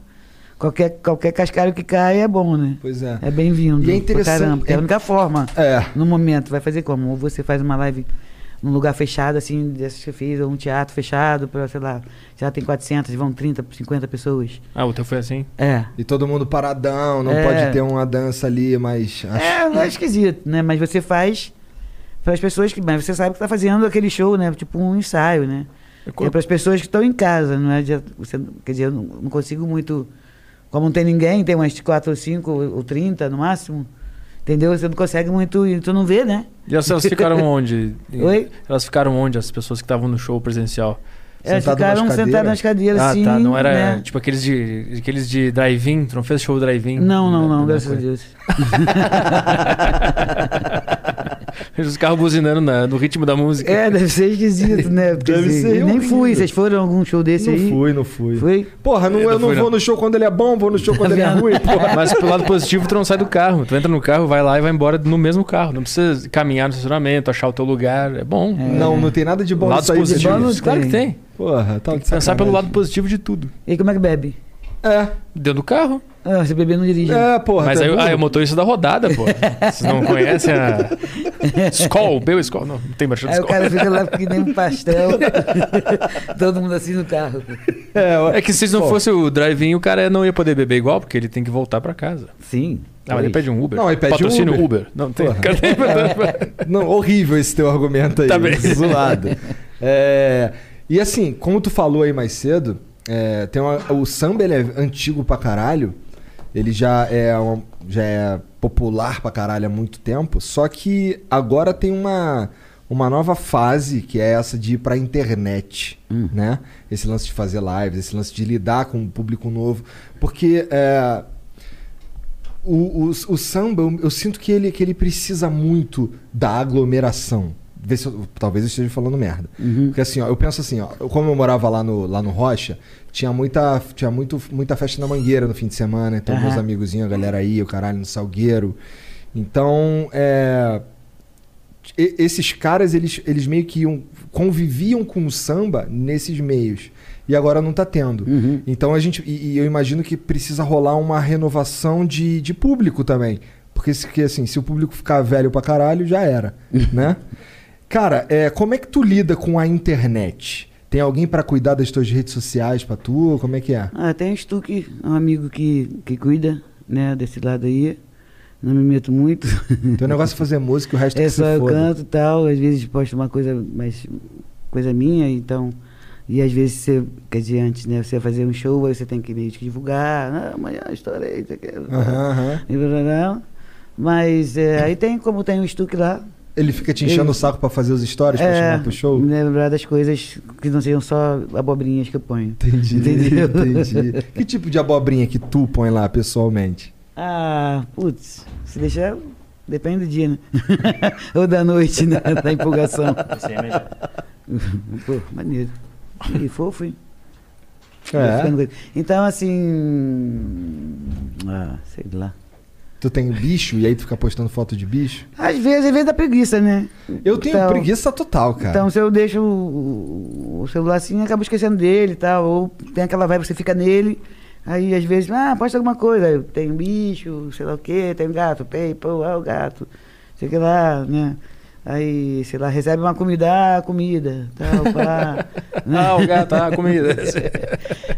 qualquer qualquer cascalho que cai é bom, né? pois é. É bem-vindo. E é pra interessante- caramba, porque é a é- única forma É. no momento vai fazer como? Ou você faz uma live num lugar fechado assim, dessas que fez, ou um teatro fechado para, sei lá, já tem 400, vão 30, 50 pessoas. Ah, o teu foi assim? É. E todo mundo paradão, não É. pode ter uma dança ali, mas. É, é esquisito, né? Mas você faz para as pessoas que, mas você sabe que tá fazendo aquele show, né? Tipo um ensaio, né? É para as pessoas que estão em casa, não é? de- você, quer dizer, eu não, não consigo muito. Como não tem ninguém, tem umas 4 ou 5 ou 30 no máximo, entendeu? Você não consegue muito, e tu não vê, né? E elas, elas ficaram onde? Oi? Elas ficaram onde, as pessoas que estavam no show presencial? Elas Sentado nas É, ficaram cadeiras? sentadas nas cadeiras ah, assim. tá. Não era né? tipo aqueles de, aqueles de drive-in? Tu não fez show drive-in? Não, não, não, Né? graças a Deus. Os carros buzinando na- no ritmo da música. É, deve ser esquisito, né? Quer Deve dizer, ser nem horrível. fui, vocês foram a algum show desse não aí? fui, não fui. Foi? Porra, não, Eu eu, não não fui, vou não. no show quando ele é bom, vou no show quando ele é vendo? ruim, porra. Mas pelo lado positivo, tu não sai do carro. Tu entra no carro, vai lá e vai embora no mesmo carro. Não precisa caminhar no estacionamento, achar o teu lugar. É bom. Não, não tem nada de bom Lados nisso aí, positivos. Bom Vinícius. não claro que tem. tem. Porra, tá Tem de que pensar sacanagem. pelo lado positivo de tudo. E aí, como é que bebe? É, Dentro do carro. Ah, você bebê não dirige. né? é, porra. Mas tá aí, bom. ah, é o motorista da rodada, pô. Vocês não conhecem a. Skol, beu Skol. Não, não tem merchan de Aí o Skol. cara fica lá que nem um pastel. Todo mundo assim no carro. É, ó, É que se não Pô. fosse o drive-in, o cara não ia poder beber igual, porque ele tem que voltar pra casa. Sim. Ah, mas ele pede um Uber. Não, ele pede um Patrocínio Uber. Não, tem. Porra. É. O cara tem Não, horrível esse teu argumento aí. Tá bem. Zoado. É, e assim, como tu falou aí mais cedo, é, tem uma- o samba ele é antigo pra caralho. Ele já é, um- já é popular pra caralho há muito tempo. Só que agora tem uma, uma nova fase, que é essa de ir pra internet, Hum. né? Esse lance de fazer lives, esse lance de lidar com um público novo. Porque... é, o, o, o samba, eu, eu sinto que ele, que ele precisa muito da aglomeração. Vê se eu- talvez eu esteja falando merda. Porque assim, ó, eu penso assim, ó, eu- como eu morava lá no, lá no Rocha, tinha, muita, tinha muito, muita festa na Mangueira no fim de semana, então meus amigozinhos, a galera aí, o caralho, no Salgueiro. Então, é, e- esses caras, eles, eles meio que iam, conviviam com o samba nesses meios. E agora não tá tendo. Uhum. Então a gente. E, e eu imagino que precisa rolar uma renovação de, de público também. Porque se- que, assim, se o público ficar velho pra caralho, já era. né? Cara, é, como é que tu lida com a internet? Tem alguém pra cuidar das tuas redes sociais pra tu? Como é que é? Ah, tem o Stuck, um amigo que, que cuida, né, desse lado aí. Não me meto muito. Teu negócio é fazer música e o resto É que se só eu foda. canto e tal, às vezes posto uma coisa mais coisa minha, então. E às vezes você, quer dizer, antes, né? Você vai fazer um show, aí você tem que meio que divulgar. Ah, amanhã estourei, isso aqui. Aham, aham. E blá, blá, blá. Mas é, aí tem como tem o Stuck lá, Ele fica te enchendo Eu- É. o saco pra fazer os stories, pra chamar pro show? me lembrar né, das coisas que não sejam só abobrinhas que eu ponho. Entendi, Entendeu? entendi. Que tipo de abobrinha que tu põe lá pessoalmente? Ah, putz, se deixar. Depende do dia, né? Ou da noite, né? Da empolgação. Esse aí é melhor. Pô, maneiro. E fofo, hein? Vai É. ficando com- Então, assim. Ah, sei lá. Tu tem bicho e aí tu fica postando foto de bicho? Às vezes, às vezes dá preguiça, né? Eu tenho Então- preguiça total, cara. Então, se eu deixo o, o celular assim, eu acabo esquecendo dele e tal. Ou tem aquela vibe que você fica nele. Aí, às vezes, ah, posta alguma coisa. Eu tenho bicho, sei lá o quê, tenho gato, pei, pô, ah, o gato. Sei que lá, né? Aí, sei lá, recebe uma comida, ah, comida, tal, pá. né? Ah, o gato, ah, a comida.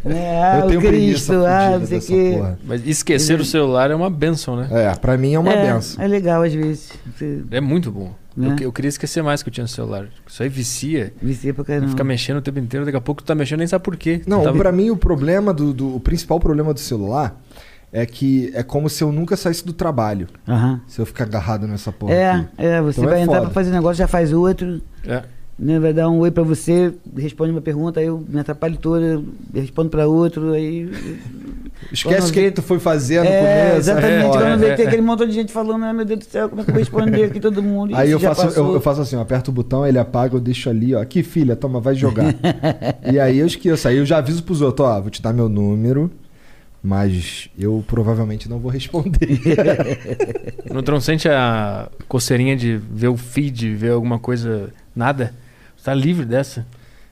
Né? Ah, eu o tenho Cristo, preguiça ah, fodida não sei o dessa quê. porra. Mas esquecer o celular é uma benção, né? É, pra mim é uma benção. É legal, às vezes. Você É muito bom. Né? Eu, que- eu queria esquecer mais que eu tinha no celular. Isso aí vicia. vicia pra caramba. Fica mexendo o tempo inteiro, daqui a pouco tu tá mexendo e nem sabe por quê. Hum. Não, tá... pra mim o problema do, do- O principal problema do celular é que é como se eu nunca saísse do trabalho. Aham. Se eu ficar agarrado nessa porra. aqui. É, é, você Então é vai entrar foda. pra fazer negócio, já faz outro, É. né? Vai dar um oi pra você, responde uma pergunta, aí eu me atrapalho toda, eu respondo pra outro, aí. Esquece Quando o que vê- tu foi fazer no é, começo. exatamente. aí, Quando fora. vê que é, tem é. aquele montão de gente falando, ai meu Deus do céu, como é que eu vou responder aqui todo mundo? Aí Isso eu já faço, eu, passou. eu faço assim, eu aperto o botão, ele apaga, eu deixo ali, ó. Aqui, filha, toma, vai jogar. e aí eu esqueço. Aí eu já aviso pros outros, ó, vou te dar meu número, mas eu provavelmente não vou responder. Não, tu não sente a coceirinha de ver o feed, ver alguma coisa, nada? Tu tá livre dessa?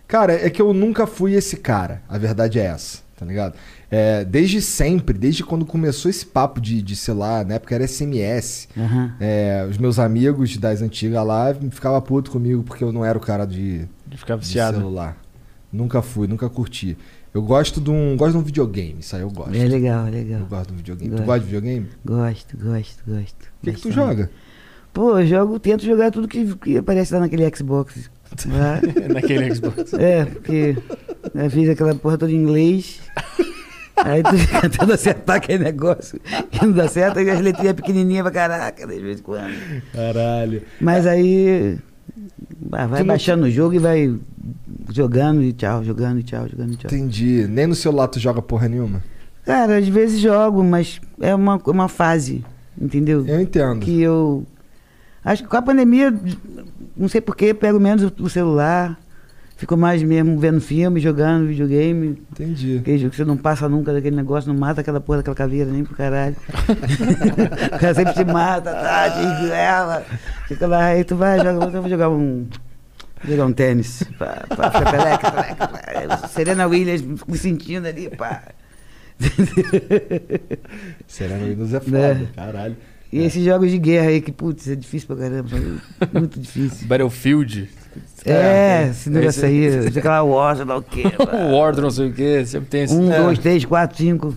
Cara, é que eu nunca fui esse cara. A verdade é essa, tá ligado? É, desde sempre, desde quando começou esse papo de, de celular, na época era SMS. Aham. é, os meus amigos das antigas lá ficavam puto comigo porque eu não era o cara de, De ficar de viciado. celular. Nunca fui, nunca curti. Eu gosto de um, gosto de um videogame, isso aí eu gosto. É legal, é legal. Eu gosto de um videogame. Tu Gosto. gosta de videogame? Gosto, gosto, gosto. O que, que tu Bastante. joga? Pô, eu jogo, tento jogar tudo que, que aparece lá naquele Xbox. lá. Naquele Xbox. É, porque eu fiz aquela porra toda em inglês. Aí tu fica tentando acertar aquele negócio que não dá certo, aí as letrinhas pequenininhas pra caraca, de vez em quando. Caralho. Mas aí bah, Tu vai não- baixando o jogo e vai jogando e tchau, jogando e tchau, jogando e tchau. Entendi. Nem no celular tu joga porra nenhuma. Cara, às vezes jogo, mas é uma, uma fase, entendeu? Eu entendo. que eu. Acho que com a pandemia, não sei porquê, pego menos o- o celular, fico mais mesmo vendo filme, jogando videogame. Entendi. Aquele jogo que você não passa nunca daquele negócio, não mata aquela porra daquela caveira nem pro caralho. O cara sempre te mata, tá, te engana, Fica lá, aí tu vai, joga, eu vou jogar um. vou Jogar um tênis. Pá, pá, fica peleca, peleca, pá. Serena Williams me sentindo ali, pá. Serena Williams é foda, Né? caralho. E esses jogos de guerra aí, que putz, é difícil pra caramba. Muito difícil. Battlefield. É, esse negócio Esse- aí, sei lá, o Oscar, lá o quê. lá. Ward, não sei o quê. Sempre tem esse. Um, É. dois, três, quatro, cinco.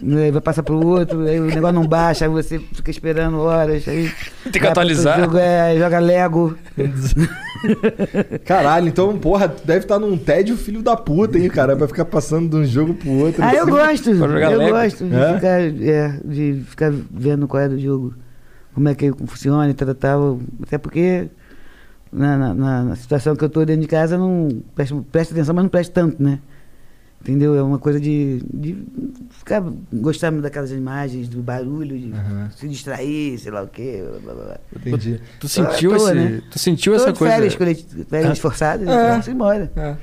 Aí Vai passar pro outro, aí o negócio não baixa, aí você fica esperando horas. Aí Tem que vai pra outro atualizar. Jogo, é, aí joga Lego. Caralho, então, porra, tu deve estar num tédio filho da puta, hein, cara? Pra ficar passando de um jogo pro outro. Ah, eu gosto. Pra jogar Eu Lego. gosto de, É? Ficar, é, de ficar vendo qual é do jogo, como é que funciona e tal, tal. Até porque na, na- na- na situação que eu tô dentro de casa, eu não presto, presto atenção, mas não presto tanto, né? Entendeu? É uma coisa de, de ficar gostando daquelas imagens, do barulho, de Aham. se distrair, sei lá o quê. Blá, blá, blá. Entendi. Tu sentiu à toa, esse. né? Tu sentiu Tô essa de coisa. férias, coleti- férias forçadas, É. vamos embora. É.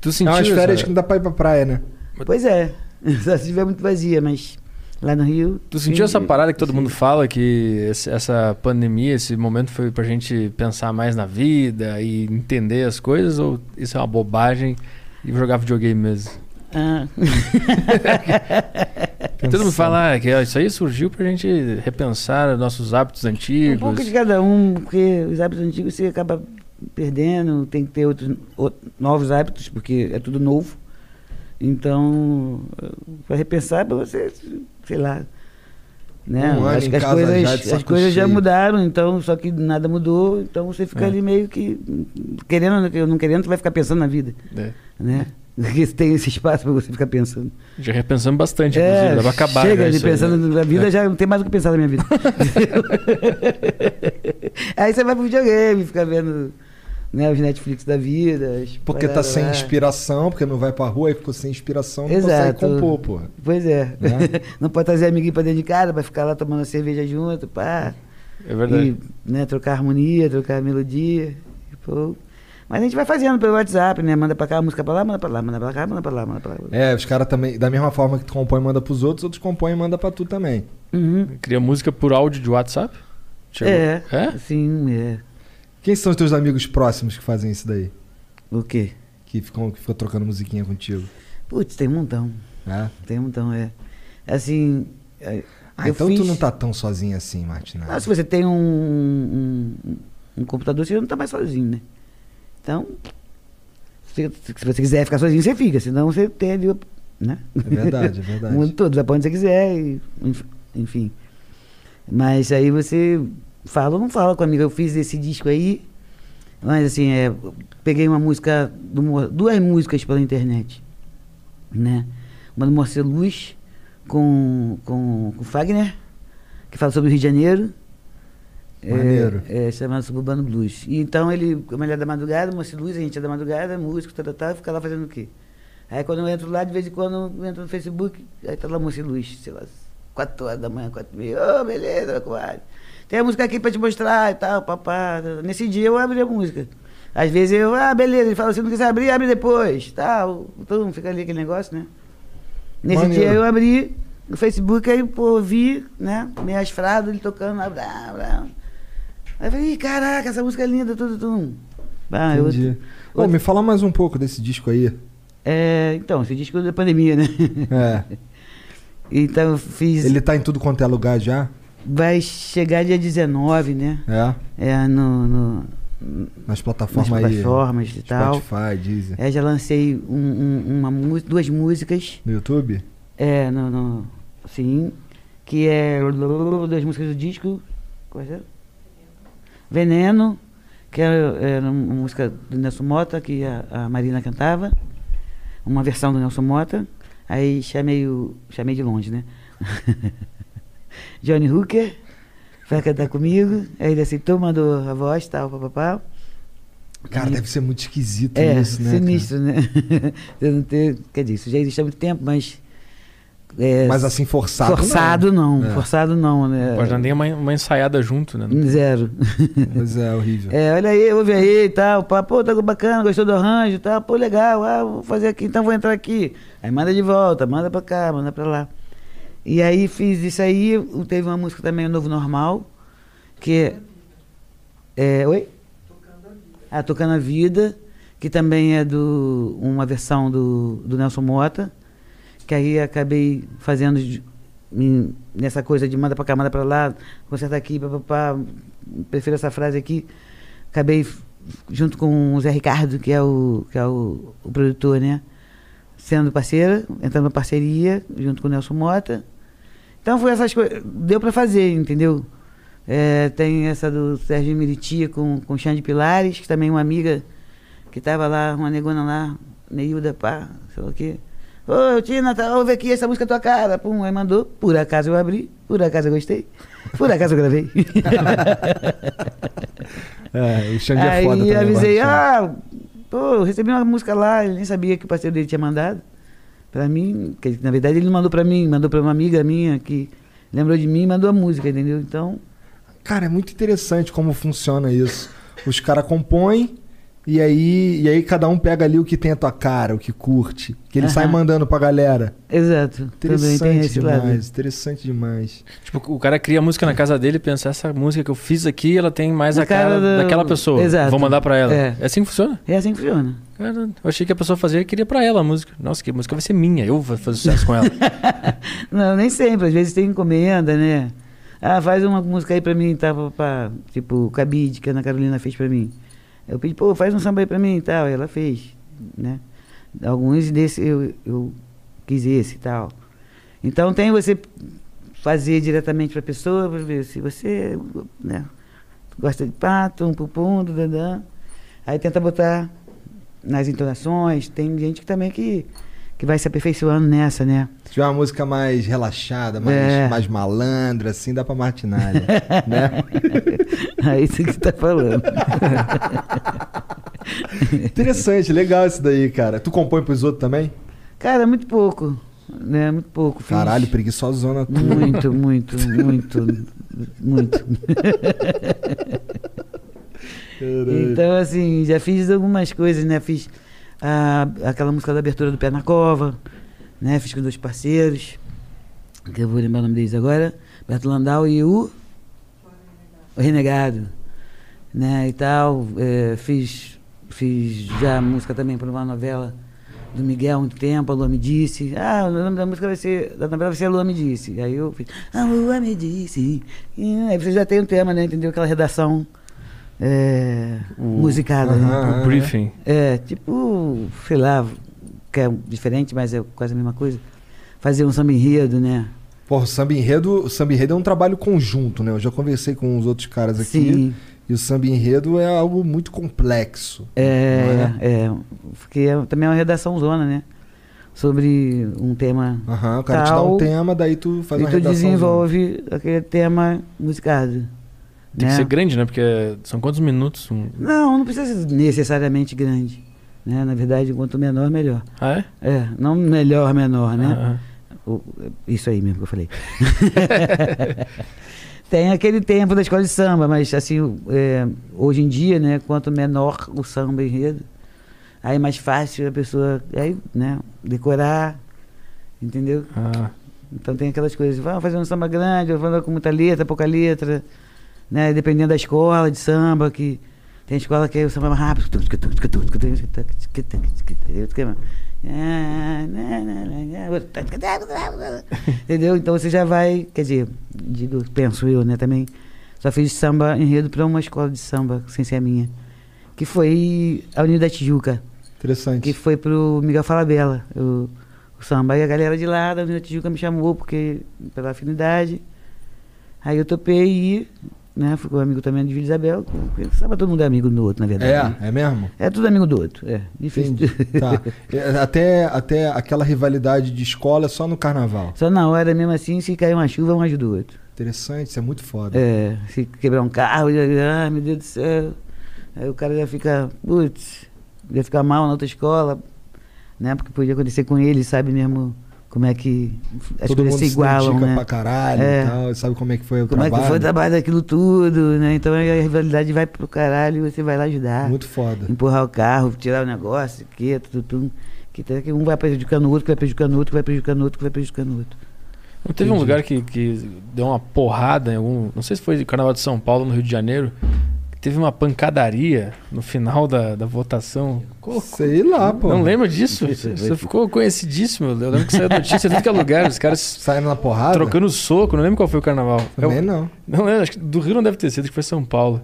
Tu É sentiu umas essa- férias que não dá pra ir pra praia, né? Pois é, só se estiver muito vazia, mas lá no Rio... Tu sentiu essa sim, parada que todo sim. mundo fala, que esse- essa pandemia, esse momento foi pra gente pensar mais na vida e entender as coisas? Ou isso é uma bobagem e jogar videogame mesmo? Ah. Porque todo mundo fala ah, que ó, isso aí surgiu pra gente repensar os nossos hábitos Um antigos. pouco de cada um, porque os hábitos antigos você acaba perdendo, tem que ter outros o- novos hábitos, porque é tudo novo. Então, para repensar, para você, sei lá. Né? Um ano Acho em que as casa coisas, já de saco as coisas já cheio. mudaram, então, só que nada mudou, então você fica É. ali meio que querendo ou não querendo, tu vai ficar pensando na vida, É. né? Porque tem esse espaço pra você ficar pensando. Já repensamos bastante, inclusive. Dá pra acabar. É, chega já de isso aí, pensando né? na vida, É. já não tem mais o que pensar na minha vida. aí você vai pro videogame, fica vendo né, os Netflix da vida. as Porque tá paradas sem lá. inspiração, porque não vai pra rua, aí ficou sem inspiração, não Exato. consegue compor, porra. Pois é. Né? Não pode trazer amiguinho pra dentro de casa, vai ficar lá tomando cerveja junto, pá. É verdade. E, né, trocar harmonia, trocar melodia. Tipo, Mas a gente vai fazendo pelo WhatsApp, né? Manda pra cá, música pra lá, manda pra lá, manda pra cá, manda pra lá, manda pra lá. É, os caras também, da mesma forma que tu compõe e manda pros outros, outros compõem e manda pra tu também. Uhum. Cria música por áudio de WhatsApp? É? Chegou. É. É? Sim, é. Quem são os teus amigos próximos que fazem isso daí? O quê? Que ficam, que ficam trocando musiquinha contigo? Putz, tem um montão. né? Tem um montão, é. Assim. é, Ah, eu então tu fiz- não tá tão sozinho assim, Martina. Não, se você tem um, um, um computador, você não tá mais sozinho, né? Então. Se, se você quiser ficar sozinho, você fica. Senão você tem ali. o- Né? É verdade, é O verdade. mundo todo, vai pra onde você quiser, e, enf- enfim. Mas aí você fala ou não fala com a amiga. Eu fiz esse disco aí, mas assim, é, peguei uma música, do Mor- duas músicas pela internet, né? Uma do Morceluz com, com, com Fagner, que fala sobre o Rio de Janeiro. É, Maneiro. É, chamado Suburbano Blues. E então ele, a mulher da madrugada, Morceluz, a gente é da madrugada, músico, tal, tal, tal, fica lá fazendo o quê? Aí quando eu entro lá, de vez em quando eu entro no Facebook, aí tá lá Moci Luz, sei lá, 4 horas da manhã, 4 e meia, ô, beleza, meu compadre. Tem a música aqui pra te mostrar e tal, papá. tá." Nesse dia eu abri a música. Às vezes eu, ah, beleza, ele fala, se não quiser abrir, abre depois, tal. Então fica ali aquele negócio, né? Nesse Maneiro. dia eu abri no Facebook, aí, pô, ouvi, né, minhas frases, ele tocando, lá, blá, blá. Aí eu falei, "Ih, caraca, essa música é linda, tudo, tudo. Ah, eu- Entendi. Ô, me fala mais um pouco desse disco aí. é, então, esse disco é da pandemia, né? É. Então eu fiz. Ele tá em tudo quanto é lugar já? Vai chegar dia 19, né? É. É, no, no- Nas nas plataformas aí. plataformas e tal. Spotify, Deezer. É, já lancei um- um- uma, mu- duas músicas. No YouTube? É, no, no- Sim. Que é. Duas músicas do disco. Quais é? Veneno, que era, era uma música do Nelson Mota, que a, a Marina cantava. Uma versão do Nelson Mota. Aí é chamei o. Chamei de longe, né? Johnny Hooker vai cantar comigo. Aí ele aceitou, mandou a voz, tal, papapá. Cara, deve ser muito esquisito É, isso, né? cara? sinistro, né? Você não ter, quer dizer, isso já existe há muito tempo, mas. é, Mas assim, forçado. forçado não, É. forçado não, né? Pode dar nem uma, uma ensaiada junto, Hum. né? Zero. Mas é horrível. É, olha aí, ouve aí e tal. Pá, pô, tá bacana, gostou do arranjo e tal. Pô, legal, ah, vou fazer aqui, então vou entrar aqui. Aí manda de volta, manda pra cá, manda pra lá. E aí fiz isso aí. Teve uma música também, o Novo Normal, que é. é, Oi? Ah, Tocando a Vida, que também é do uma versão do, do Nelson Mota, que aí acabei fazendo de- em- nessa coisa de manda pra cá, manda pra lá, conserta aqui, papapá, prefiro essa frase aqui. Acabei f- junto com o Zé Ricardo, que é o, que é o, o produtor, né? Sendo parceira, entrando na parceria, junto com o Nelson Mota. Então foi essas coisas. Deu pra fazer, entendeu? É, tem essa do Sérgio Miriti com, com Xande Pilares, que também é uma amiga que tava lá, uma negona lá, Neilda, pá, sei lá o quê. Ô, Tina, tá, ouve aqui essa música é tua cara. Pum, aí mandou. Por acaso eu abri, por acaso eu gostei, por acaso eu gravei. É, o Xande é aí foda também. eu avisei, Martina. ah, pô, eu recebi uma música lá, ele nem sabia que o parceiro dele tinha mandado pra mim, que na verdade ele não mandou pra mim, mandou pra uma amiga minha que lembrou de mim e mandou a música, entendeu? Então, Cara, é muito interessante como funciona isso. Os caras compõem e aí, e aí cada um pega ali o que tem a tua cara, o que curte. Que ele sai Aham. mandando pra galera. exato, também Interessante tem esse demais, lado. interessante demais. Tipo, o cara cria a música na casa dele e pensa, essa música que eu fiz aqui, ela tem mais Na a cara, cara do- daquela pessoa. Exato. Vou mandar pra ela. É. É, assim que funciona? É assim que funciona. Cara, eu achei que a pessoa fazia e queria pra ela a música. Nossa, que música vai ser minha. Eu vou fazer sucesso com ela. Não, nem sempre. Às vezes tem encomenda, né? Ah, faz uma música aí pra mim, tá? Pra, tipo, o Cabide, que a Ana Carolina fez pra mim. Eu pedi, pô, faz um samba aí pra mim e tal. E ela fez, né? Alguns desses eu, eu quis esse e tal. Então tem você fazer diretamente pra pessoa, pra ver se você, né? Gosta de pato, um pupum, dandan. Aí tenta botar nas entonações. Tem gente que também que, que vai se aperfeiçoando nessa, né? Se tiver uma música mais relaxada, mais, É. mais malandra, assim, dá pra martinalha, né? É isso que você tá falando. Interessante, legal isso daí, cara. Tu compõe pros outros também? Cara, muito pouco. Né? Muito pouco. Fiz Caralho, preguiçosona tu. Muito, muito, muito, muito. Caralho. Então, assim, já fiz algumas coisas, né? Fiz a- aquela música da abertura do Pé na Cova, né? Fiz com dois parceiros, que eu vou lembrar o nome deles agora, Beto Landau e o... O Renegado. Né, e tal. É, fiz, fiz já música também para uma novela do Miguel há muito tempo, a Lua me disse. Ah, o nome da música vai ser, da novela vai ser a Lua me disse. Aí eu fiz, a Lua me disse. E aí você já tem um tema, né, entendeu? Aquela redação é, musicada, né? Aham. O briefing. É, tipo, sei lá, que é diferente, mas é quase a mesma coisa. Fazer um samba enredo, né? Porra, o samba enredo, o samba enredo é um trabalho conjunto, né? Eu já conversei com os outros caras aqui. Sim. E o samba enredo é algo muito complexo. É, Não é, porque é- também é uma redação zona, né? Sobre um tema Aham, o cara te dá um tal, tema, daí tu faz e uma tu redação. um. desenvolve aquele tema musicado. Tem né? que ser grande, né? Porque é- são quantos minutos? Um... Não, não precisa ser necessariamente grande. Né? Na verdade, quanto menor, melhor. Ah, é? É, não melhor, menor, né? Ah, O- isso aí mesmo que eu falei. Tem aquele tempo da escola de samba, mas assim, o- é, hoje em dia, né, quanto menor o samba enredo, aí é mais fácil a pessoa aí, né, decorar, entendeu? ah. Então tem aquelas coisas, vamos fazer um samba grande, ou vamos com muita letra, pouca letra, né? Dependendo da escola de samba, que tem escola que é o samba mais rápido. Entendeu? Então você já vai, quer dizer, digo, penso eu, né, também. Só fiz samba enredo para uma escola de samba, sem ser a minha. Que foi a União da Tijuca Interessante. que foi pro Miguel Falabella, o, o samba. E a galera de lá, da União Tijuca, me chamou porque, pela afinidade. Aí eu topei e ir, né? Fui com um amigo também de Vila Isabel. que- que Samba todo mundo é amigo do outro, na verdade. É, é mesmo? É, é tudo amigo do outro, é. Difícil. Entendi. tá. É, Até, até aquela rivalidade de escola é só no carnaval. Só na hora, mesmo assim, se cair uma chuva, um ajuda o outro. Interessante, isso é muito foda. É, se quebrar um carro, já, ah, meu Deus do céu. Aí o cara já fica, putz, já fica mal na outra escola, né? Porque podia acontecer com ele, sabe mesmo como é que as Todo coisas mundo se se igualam, identifica né? pra caralho É. e tal. Sabe como é que foi o Como é trabalho? que foi o trabalho daquilo tudo, né? Então aí a rivalidade vai pro caralho e você vai lá ajudar. Muito foda. Empurrar o carro, tirar o negócio, que é tudo, tudo. Que, até que um vai prejudicando o outro, que vai prejudicando o outro, que vai prejudicando o outro, que vai prejudicando o outro. Não teve um Entendi. lugar que, que deu uma porrada em algum. Não sei se foi no Carnaval de São Paulo, no Rio de Janeiro. Que teve uma pancadaria no final da, da votação. Co- Sei lá, pô. Não lembro disso. Você ficou conhecidíssimo. Eu lembro que saiu notícia em tudo que é lugar. Os caras Saindo na porrada? trocando soco. Não lembro qual foi o carnaval. Também Eu- não. não lembro. Acho que do Rio não deve ter sido, acho que foi São Paulo.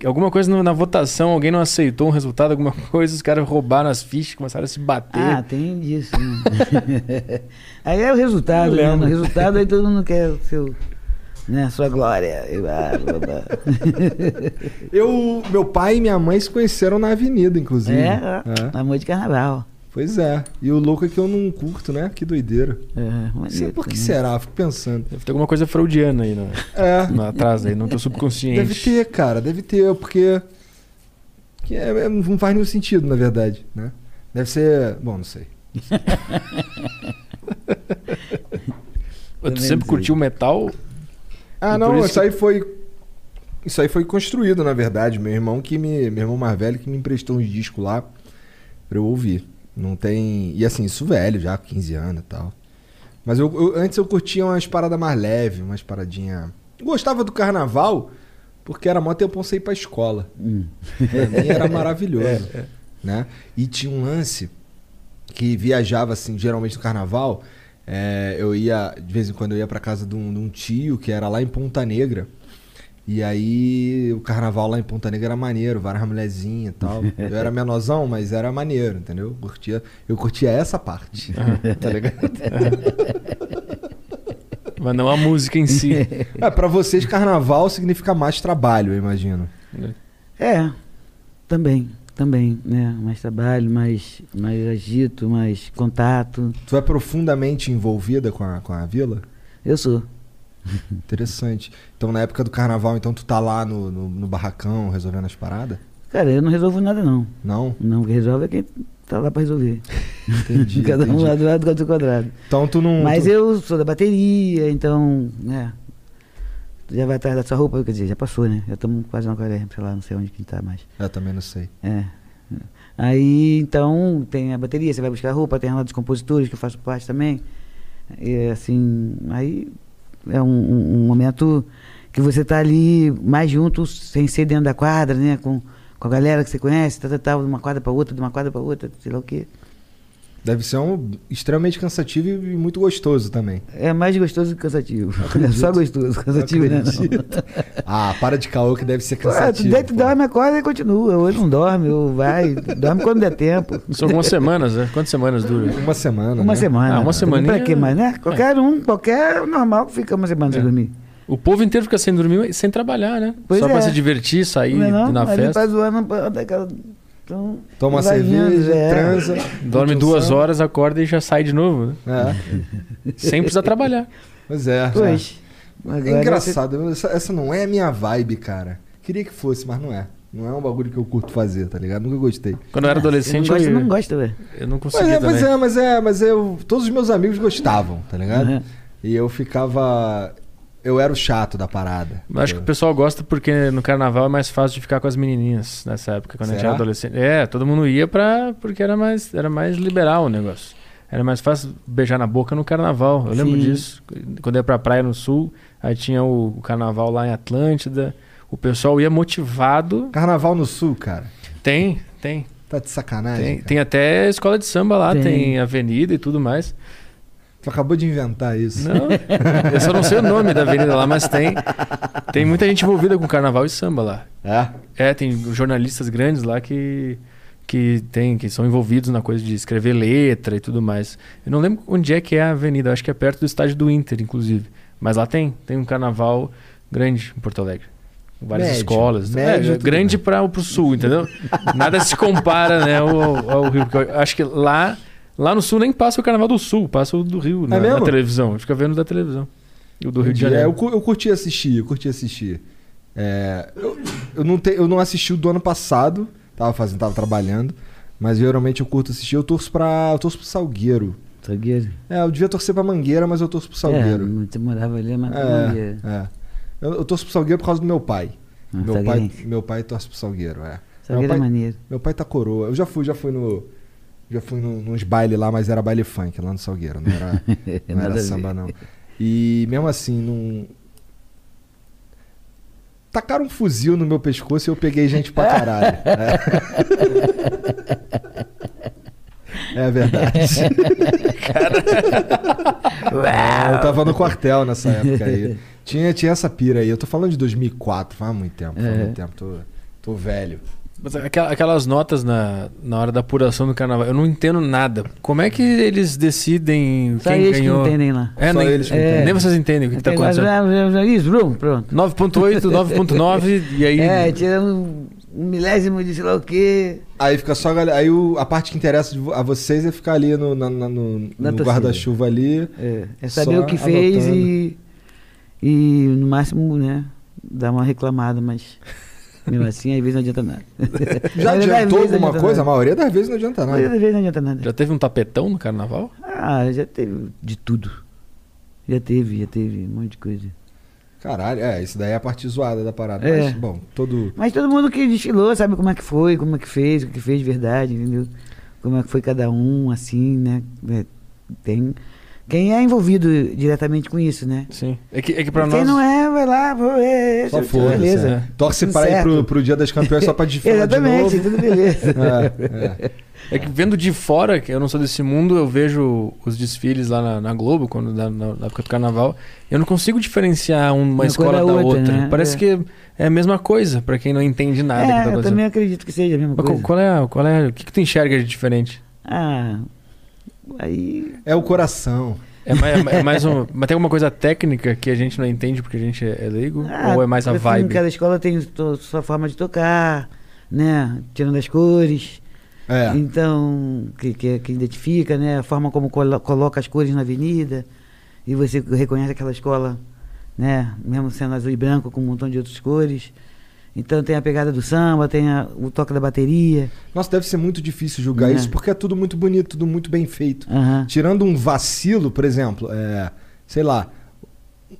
Que Alguma coisa no- na votação, alguém não aceitou um resultado, alguma coisa, os caras roubaram as fichas, começaram a se bater. Ah, tem disso. né? aí é o resultado, Eu né? lembro. No resultado aí todo mundo quer o seu, né, sua glória. E blá, blá, blá. Eu, meu pai e minha mãe se conheceram na avenida, inclusive. é, ó, amor de carnaval. Pois é. E o louco é que eu não curto, né? Que doideira. É, Não sei por que maneiro, né? será, fico pensando. Deve ter alguma coisa fraudiana aí no, É. no atrás aí, no teu subconsciente. Deve ter, cara, deve ter, porque. que é- é- não faz nenhum sentido, na verdade, né? Deve ser. Bom, não sei. Eu Também sempre sei. curtiu metal. Ah, E não, por isso, isso que- aí foi. Isso aí foi construído, na verdade. Meu irmão que me. Meu irmão mais velho que me emprestou uns discos lá pra eu ouvir. Não tem. E assim, isso velho já, 15 anos e tal. Mas eu, eu- antes eu curtia umas paradas mais leves, umas paradinhas. Gostava do carnaval, porque era mó tempão você ir pra escola. Hum. Pra mim era maravilhoso. Né? E tinha um lance que viajava, assim, geralmente no carnaval. é, eu ia, de vez em quando, eu ia pra casa de um, de um tio que era lá em Ponta Negra. E aí, o carnaval lá em Ponta Negra era maneiro, várias mulherzinhas e tal. Eu era menorzão, mas era maneiro, entendeu? Eu curtia, eu curtia essa parte, Ah. tá ligado? Mas não a música em si. É, pra vocês, carnaval significa mais trabalho, eu imagino. É, também. Também, né? Mais trabalho, mais, mais agito, mais contato. Tu é profundamente envolvida com a, com a vila? Eu sou. Interessante. Então, na época do carnaval, então tu tá lá no, no, no barracão resolvendo as paradas? Cara, eu não resolvo nada, não. Não? Não, quem resolve é quem tá lá pra resolver. Entendi. Cada um entendi. lá do lado do outro quadrado. Então tu não. Mas tu- eu sou da bateria, então, né? Tu já vai atrás da sua roupa, quer dizer, já passou, né? Já estamos quase na quaresma, sei lá, não sei onde que tá mais. Eu também não sei. É. Aí, então, tem a bateria, você vai buscar roupa, tem a aula dos compositores, que eu faço parte também. E, assim, aí é um, um- um momento que você tá ali mais junto, sem ser dentro da quadra, né? Com, com a galera que você conhece, tal, tal, tal, de uma quadra para outra, de uma quadra para outra, sei lá o quê. Deve ser um extremamente cansativo e e muito gostoso também. É mais gostoso que cansativo. É só gostoso, cansativo, né? Não. Ah, para de caô que deve ser Ué, tu cansativo. deita, pô. dorme, acorda e continua. Ou não dorme, ou vai. Dorme quando der tempo. São algumas semanas, né? Quantas semanas dura? Uma semana. Uma né? semana. Ah, uma semaninha- Pra que mais, né? Qualquer um, qualquer normal que fica uma semana sem É. dormir. O povo inteiro fica sem dormir, sem trabalhar, né? Pois Só é. pra se divertir, sair Não é não? na Aí ele festa. tá zoando pra- daquela- então, Toma vai cerveja, indo, é. transa. Dorme conjunção. duas horas, acorda e já sai de novo. né? É, Sem precisar trabalhar. pois é. Pois. É Agora engraçado, eu- essa, essa não é a minha vibe, cara. Queria que fosse, mas não é. Não é um bagulho que eu curto fazer, tá ligado? Nunca gostei. Quando eu era Você não adolescente, gosta, eu, não gosta, velho. eu não Mas conseguia é, mas também. é, mas é, mas eu. Todos os meus amigos gostavam, tá ligado? Uhum. E eu ficava. Eu era o chato da parada. Mas Acho que o pessoal gosta porque no carnaval é mais fácil de ficar com as menininhas nessa época, quando a gente Será? era adolescente. É, todo mundo ia pra, porque era mais, era mais liberal o negócio. Era mais fácil beijar na boca no carnaval. Eu lembro Sim. disso. Quando eu ia pra praia no sul, aí tinha o, o carnaval lá em Atlântida. O pessoal ia motivado. Carnaval no Sul, cara. Tem, tem. Tá de sacanagem. Tem, cara. tem até escola de samba lá, Tem. tem. avenida e tudo mais. Tu acabou de inventar isso. Não, eu só não sei o nome da avenida lá, mas tem. Tem muita gente envolvida com carnaval e samba lá. É? É, tem jornalistas grandes lá que que tem, que são envolvidos na coisa de escrever letra e tudo mais. Eu não lembro onde é que é a avenida, eu acho que é perto do estádio do Inter, inclusive. Mas lá tem, tem um carnaval grande em Porto Alegre. Com Várias Médio, escolas. médio, é, tudo né? grande para o sul, entendeu? Nada se compara, né, ao, ao Rio. porque eu acho que lá, lá no sul nem passa o carnaval do sul, passa o do Rio na, na É mesmo? televisão. Fica vendo da televisão. E o do Rio de É, eu, Janeiro. cu- eu curti assistir, eu curti assistir. É, eu, eu não te, eu não assisti o do ano passado, tava fazendo, tava trabalhando, mas geralmente eu curto assistir. Eu torço pra. Eu torço pro Salgueiro. Salgueiro. É, eu devia torcer pra Mangueira, mas eu torço pro Salgueiro. É, você morava ali, mas É, não é. Eu, eu torço pro Salgueiro por causa do meu pai. Meu pai, Hum, Salgueiro, é meu pai torce pro Salgueiro, é. Salgueiro pai- é maneiro. Meu pai tá coroa. Eu já fui, já fui no. Já fui num- nos bailes lá, mas era baile funk lá no Salgueiro, não era, não Nada a era ver. samba, não. E mesmo assim, não. Tacaram um fuzil no meu pescoço e eu peguei gente pra caralho. É, É verdade. É, eu tava no quartel nessa época aí. Tinha, tinha essa pira aí. Eu tô falando de 2004, faz muito tempo, faz É. muito tempo. Tô, tô velho. Mas aquela- aquelas notas na, na hora da apuração do carnaval, eu não entendo nada. Como é que eles decidem Só quem eles que ganhou? entendem lá. É, Só nem, eles que é. entendem. nem vocês entendem o que, que tá Tem mais- acontecendo. Isso, brum, pronto. 9.8, 9.9 e aí. É, tira um, um milésimo de sei lá o quê. Aí fica só a galera. Aí o- a parte que interessa de vo- a vocês é ficar ali no, na- na- no- Na no torcida. guarda-chuva ali. É, é saber Só o que fez anotando. e, e no máximo, né, dar uma reclamada, mas mesmo assim, às vezes não adianta nada. Já Às adiantou vezes, às vezes, não alguma adianta coisa? A nada. maioria das vezes não adianta A maioria nada. das vezes não adianta nada. Já teve um tapetão no carnaval? Ah, já teve de tudo. Já teve, já teve, um monte de coisa. Caralho, é, isso daí é a parte zoada da parada. É. Mas, bom, todo. Mas todo mundo que desfilou sabe como é que foi, como é que fez, o que fez de verdade, entendeu? Como é que foi cada um, assim, né? É, Tem... Quem é envolvido diretamente com isso, né? Sim. É que, é que pra Quem nós. não é, vai lá, pô, é, é, Só tudo foda. beleza. Beleza. né? Torce Tudo para ir certo. pro, pro dia das campeões só pra de falar de Exatamente, novo. tudo beleza. É, é. É que vendo de fora, que eu não sou desse mundo, eu vejo os desfiles lá na, na Globo, quando na, na- na época do carnaval, eu não consigo diferenciar um, uma, Uma escola da coisa da outra. outra, né? Parece É. que é a mesma coisa, pra quem não entende nada que tá é, eu acontecendo. também acredito que seja a mesma Mas coisa. qual, qual é, qual é, o que, que tu enxerga de diferente? Ah, aí. É o coração. É mais, é mais- é mais um, mas tem alguma coisa técnica que a gente não entende porque a gente é é leigo? Ah, Ou é mais a assim, vibe? Cada escola tem to- sua forma de tocar, né? Tirando as cores. É. Então, que, que, que identifica, né? A forma como colo- coloca as cores na avenida. E você reconhece aquela escola, né? Mesmo sendo azul e branco, com um montão de outras cores. Então tem a pegada do samba, tem a- o toque da bateria. Nossa, deve ser muito difícil julgar É. isso, porque é tudo muito bonito, tudo muito bem feito. Aham. Tirando um vacilo, por exemplo, é, sei lá,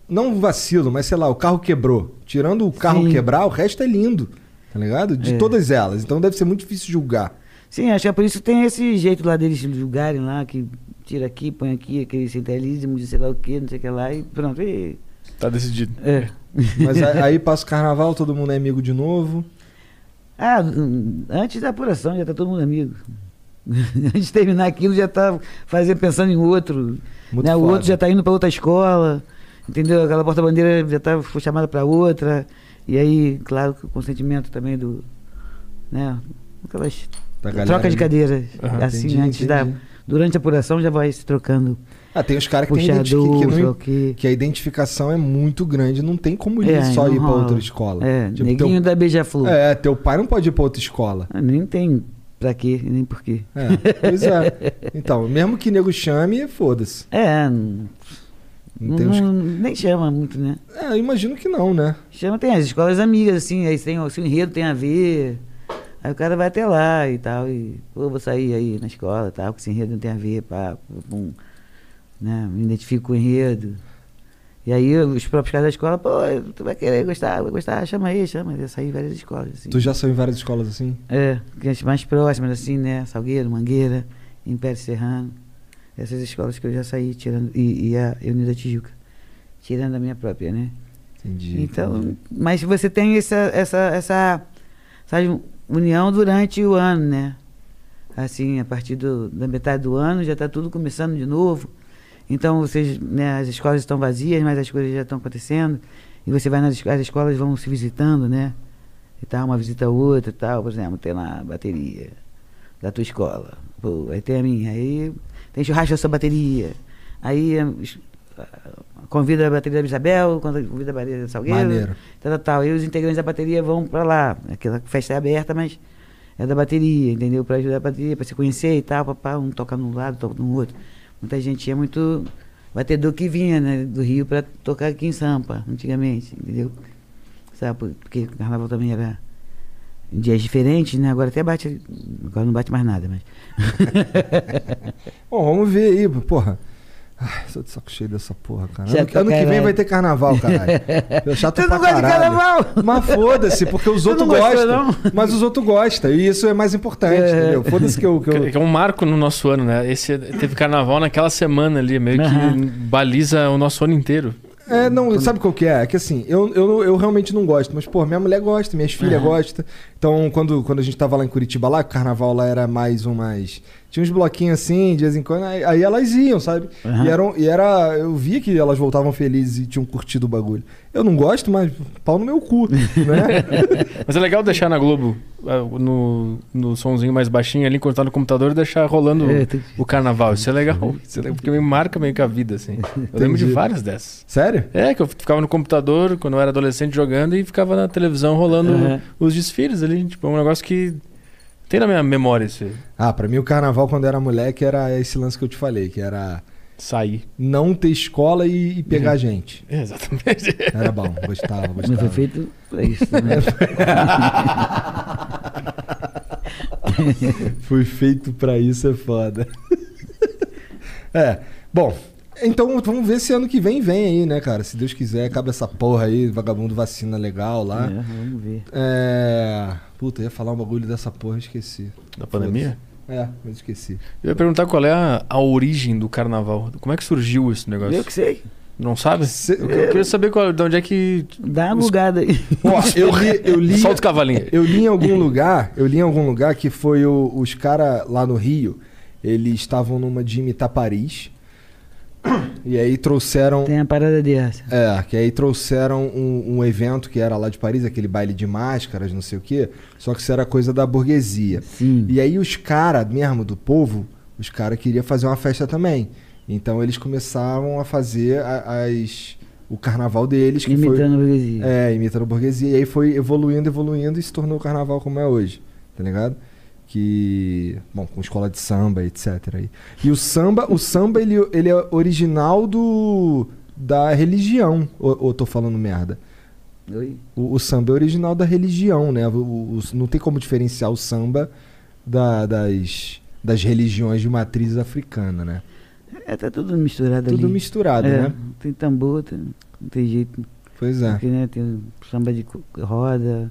não um vacilo, mas sei lá, o carro quebrou. Tirando o carro Sim. quebrar, o resto é lindo, tá ligado? De É. todas elas. Então deve ser muito difícil julgar. Sim, acho que é por isso que tem esse jeito lá deles julgarem lá, que tira aqui, põe aqui, aquele centralismo de sei lá o que, não sei o que lá, e pronto. E, Tá decidido. é. Mas a- aí passa o carnaval, todo mundo é amigo de novo. Ah, hum, antes da apuração já tá todo mundo amigo. antes de terminar aquilo já tá fazendo, pensando em outro. Muito né? O foda. outro já tá indo para outra escola, entendeu? Aquela porta-bandeira já tá, foi chamada para outra. E aí, claro, que o consentimento também do. Né? Aquelas Da galera troca de ali. cadeiras. Aham, assim, entendi, antes da. entendi. Durante a apuração já vai se trocando. Ah, tem os caras que, tem Puxador, identi- que, que não- sei lá o quê. que a identificação é muito grande, não tem como ir É, só não ir pra rola. outra escola. É, Tipo, neguinho teu, da Beija-Flor. é, teu pai não pode ir pra outra escola. Ah, Nem tem pra quê, nem por quê. É, pois é. Então, mesmo que nego chame, foda-se. É, não, Não tem uns- não- nem chama muito, né? É, eu imagino que não, né? Chama, tem as escolas amigas, assim, aí tem, o- se o enredo tem a ver, aí o cara vai até lá e tal, e, pô, vou sair aí na escola e tal, que esse enredo não tem a ver, pá, pum, pum, né, me identifico com o enredo. E aí os próprios caras da escola, pô, tu vai querer gostar, vai gostar, chama aí, chama, eu saí em várias escolas, assim. Tu já saiu em várias escolas assim? É, que as mais próximas, assim, né, Salgueiro, Mangueira, Império Serrano, essas escolas que eu já saí, tirando, e, e a Unida Tijuca, tirando a minha própria, né. Entendi. Então, mas você tem essa, essa, essa, sabe, união durante o ano, né? Assim, a partir do- da metade do ano já está tudo começando de novo. Então, vocês, né, as escolas estão vazias, mas as coisas já estão acontecendo. E você vai nas escolas, as escolas vão se visitando, né? E tal, uma visita a outra e tal. Por exemplo, tem lá a bateria da tua escola. Pô, aí tem a minha. Aí tem churrasco da sua bateria. Aí eh, es- ah, convida a bateria da Isabel, convida a bateria da Salgueiro. Maneiro. Tal, tal, tal. E os integrantes da bateria vão pra lá. Aquela festa é aberta, mas é da bateria, entendeu? Pra ajudar a bateria, pra se conhecer e tal. Papá, um toca num lado, toca no outro. Muita gente é muito batedor que vinha né, do Rio pra tocar aqui em Sampa, antigamente, entendeu? Sabe, por- porque o carnaval também era em dias diferentes, né? Agora até bate. Agora não bate mais nada, mas. Bom, vamos ver aí, porra. Ai, tô de saco cheio dessa porra, cara. Chato Ano, pra ano que vem caralho. vai ter carnaval, caralho. Eu chato é Tu pra não gosta de caralho. carnaval? Mas foda-se, porque os Tu outros não gostou, gostam. não? Mas os outros gostam. E isso é mais importante, É. entendeu? Foda-se que eu. Que eu... Que é um marco no nosso ano, né? Esse teve carnaval naquela semana ali, meio que Aham. baliza o nosso ano inteiro. É, não, sabe qual que é? É que assim, eu, eu, eu realmente não gosto, mas, pô, minha mulher gosta, minhas filhas gostam. Então, quando, quando a gente tava lá em Curitiba, lá, o carnaval lá era mais um mais. Tinha uns bloquinhos assim, de vez em quando, aí, aí elas iam, sabe? Aham. E, eram, e era. Eu via que elas voltavam felizes e tinham curtido o bagulho. Eu não gosto, mas pau no meu cu, né? Mas é legal deixar na Globo, ah, no, no somzinho mais baixinho ali, enquanto tá no computador, e deixar rolando É, Uhum. tem- o carnaval. Isso é legal. Isso é legal, porque me marca meio que a vida, assim. Eu lembro de Entendi. várias dessas. Sério? É, que eu ficava no computador quando eu era adolescente jogando e ficava na televisão rolando Uhum. os desfiles ali. Tipo, é um negócio que tem na minha memória esse Ah, pra mim o carnaval, quando eu era moleque, era esse lance que eu te falei, que era sair. não ter escola e, e pegar gente. É, exatamente. Era bom, gostava, Não Uhum. foi gostava. feito pra isso. Né? Foi feito pra isso, é foda. é, bom. Então vamos ver se ano que vem vem aí, né, cara? Se Deus quiser, acaba essa porra aí, vagabundo vacina legal lá. É, vamos ver. É. Puta, eu ia falar um bagulho dessa porra, esqueci. Da pandemia? É, mas esqueci. Eu ia perguntar qual é a, a origem do carnaval. Como é que surgiu esse negócio? Eu que sei. Não sabe? Cê- Eu, eu queria saber qual, de onde é que. Dá uma bugada aí. Ó, eu li, eu li, é. Solta o cavalinho. eu li em algum lugar, eu li em algum lugar que foi o- os caras lá no Rio, eles estavam numa de imitar Paris. E aí trouxeram Tem a parada dessa. É, que aí trouxeram um, um evento que era lá de Paris, aquele baile de máscaras, não sei o quê, só que isso era coisa da burguesia. Sim. E aí os caras mesmo do povo, os caras queriam fazer uma festa também. Então eles começaram a fazer a- as, o carnaval deles. Que Imitando a foi, burguesia. É, imitando a burguesia. E aí foi evoluindo, evoluindo e se tornou o carnaval como é hoje, tá ligado? Que. Bom, com escola de samba, etc. aí. E o samba, o samba, ele, ele é original do. da religião. Ou, ou tô falando merda? Oi? O, o samba é original da religião, né? O- o- o- não tem como diferenciar o samba da- das, das religiões de matriz africana, né? É, tá tudo misturado ali. Tudo misturado, É, né? Tem tambor, tem- não tem jeito. Pois é. Porque, né, tem o samba de co- roda,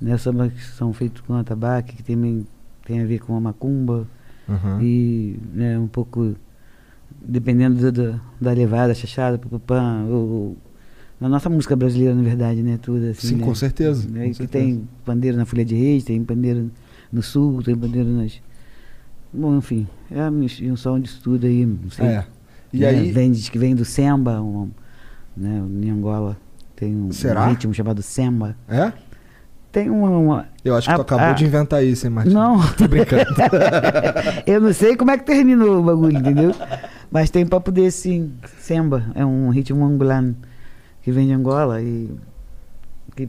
né, samba que são feitos com atabaque, que também tem a ver com a macumba. Aham. E né, um pouco, dependendo do- do- da levada, chachada, pupupã, ou, na nossa música brasileira, na verdade, né? Tudo assim. Sim, né? com certeza, Né, com que certeza. tem pandeiro na Folha de Reis, tem pandeiro no Sul, tem pandeiro nas. Bom, enfim, é um mis- um som disso tudo aí. Não sei, É. E né, aí. Vem, diz que vem do Semba, um, né? Em Angola tem um, um Será? ritmo chamado Semba. É? Tem uma. uma- Eu acho que a- tu acabou a- de inventar isso, hein, Martinho? Ah, Não. Tô brincando. Eu não sei como é que terminou o bagulho, entendeu? Mas tem papo desse sim. Semba. É um ritmo angolano que vem de Angola e que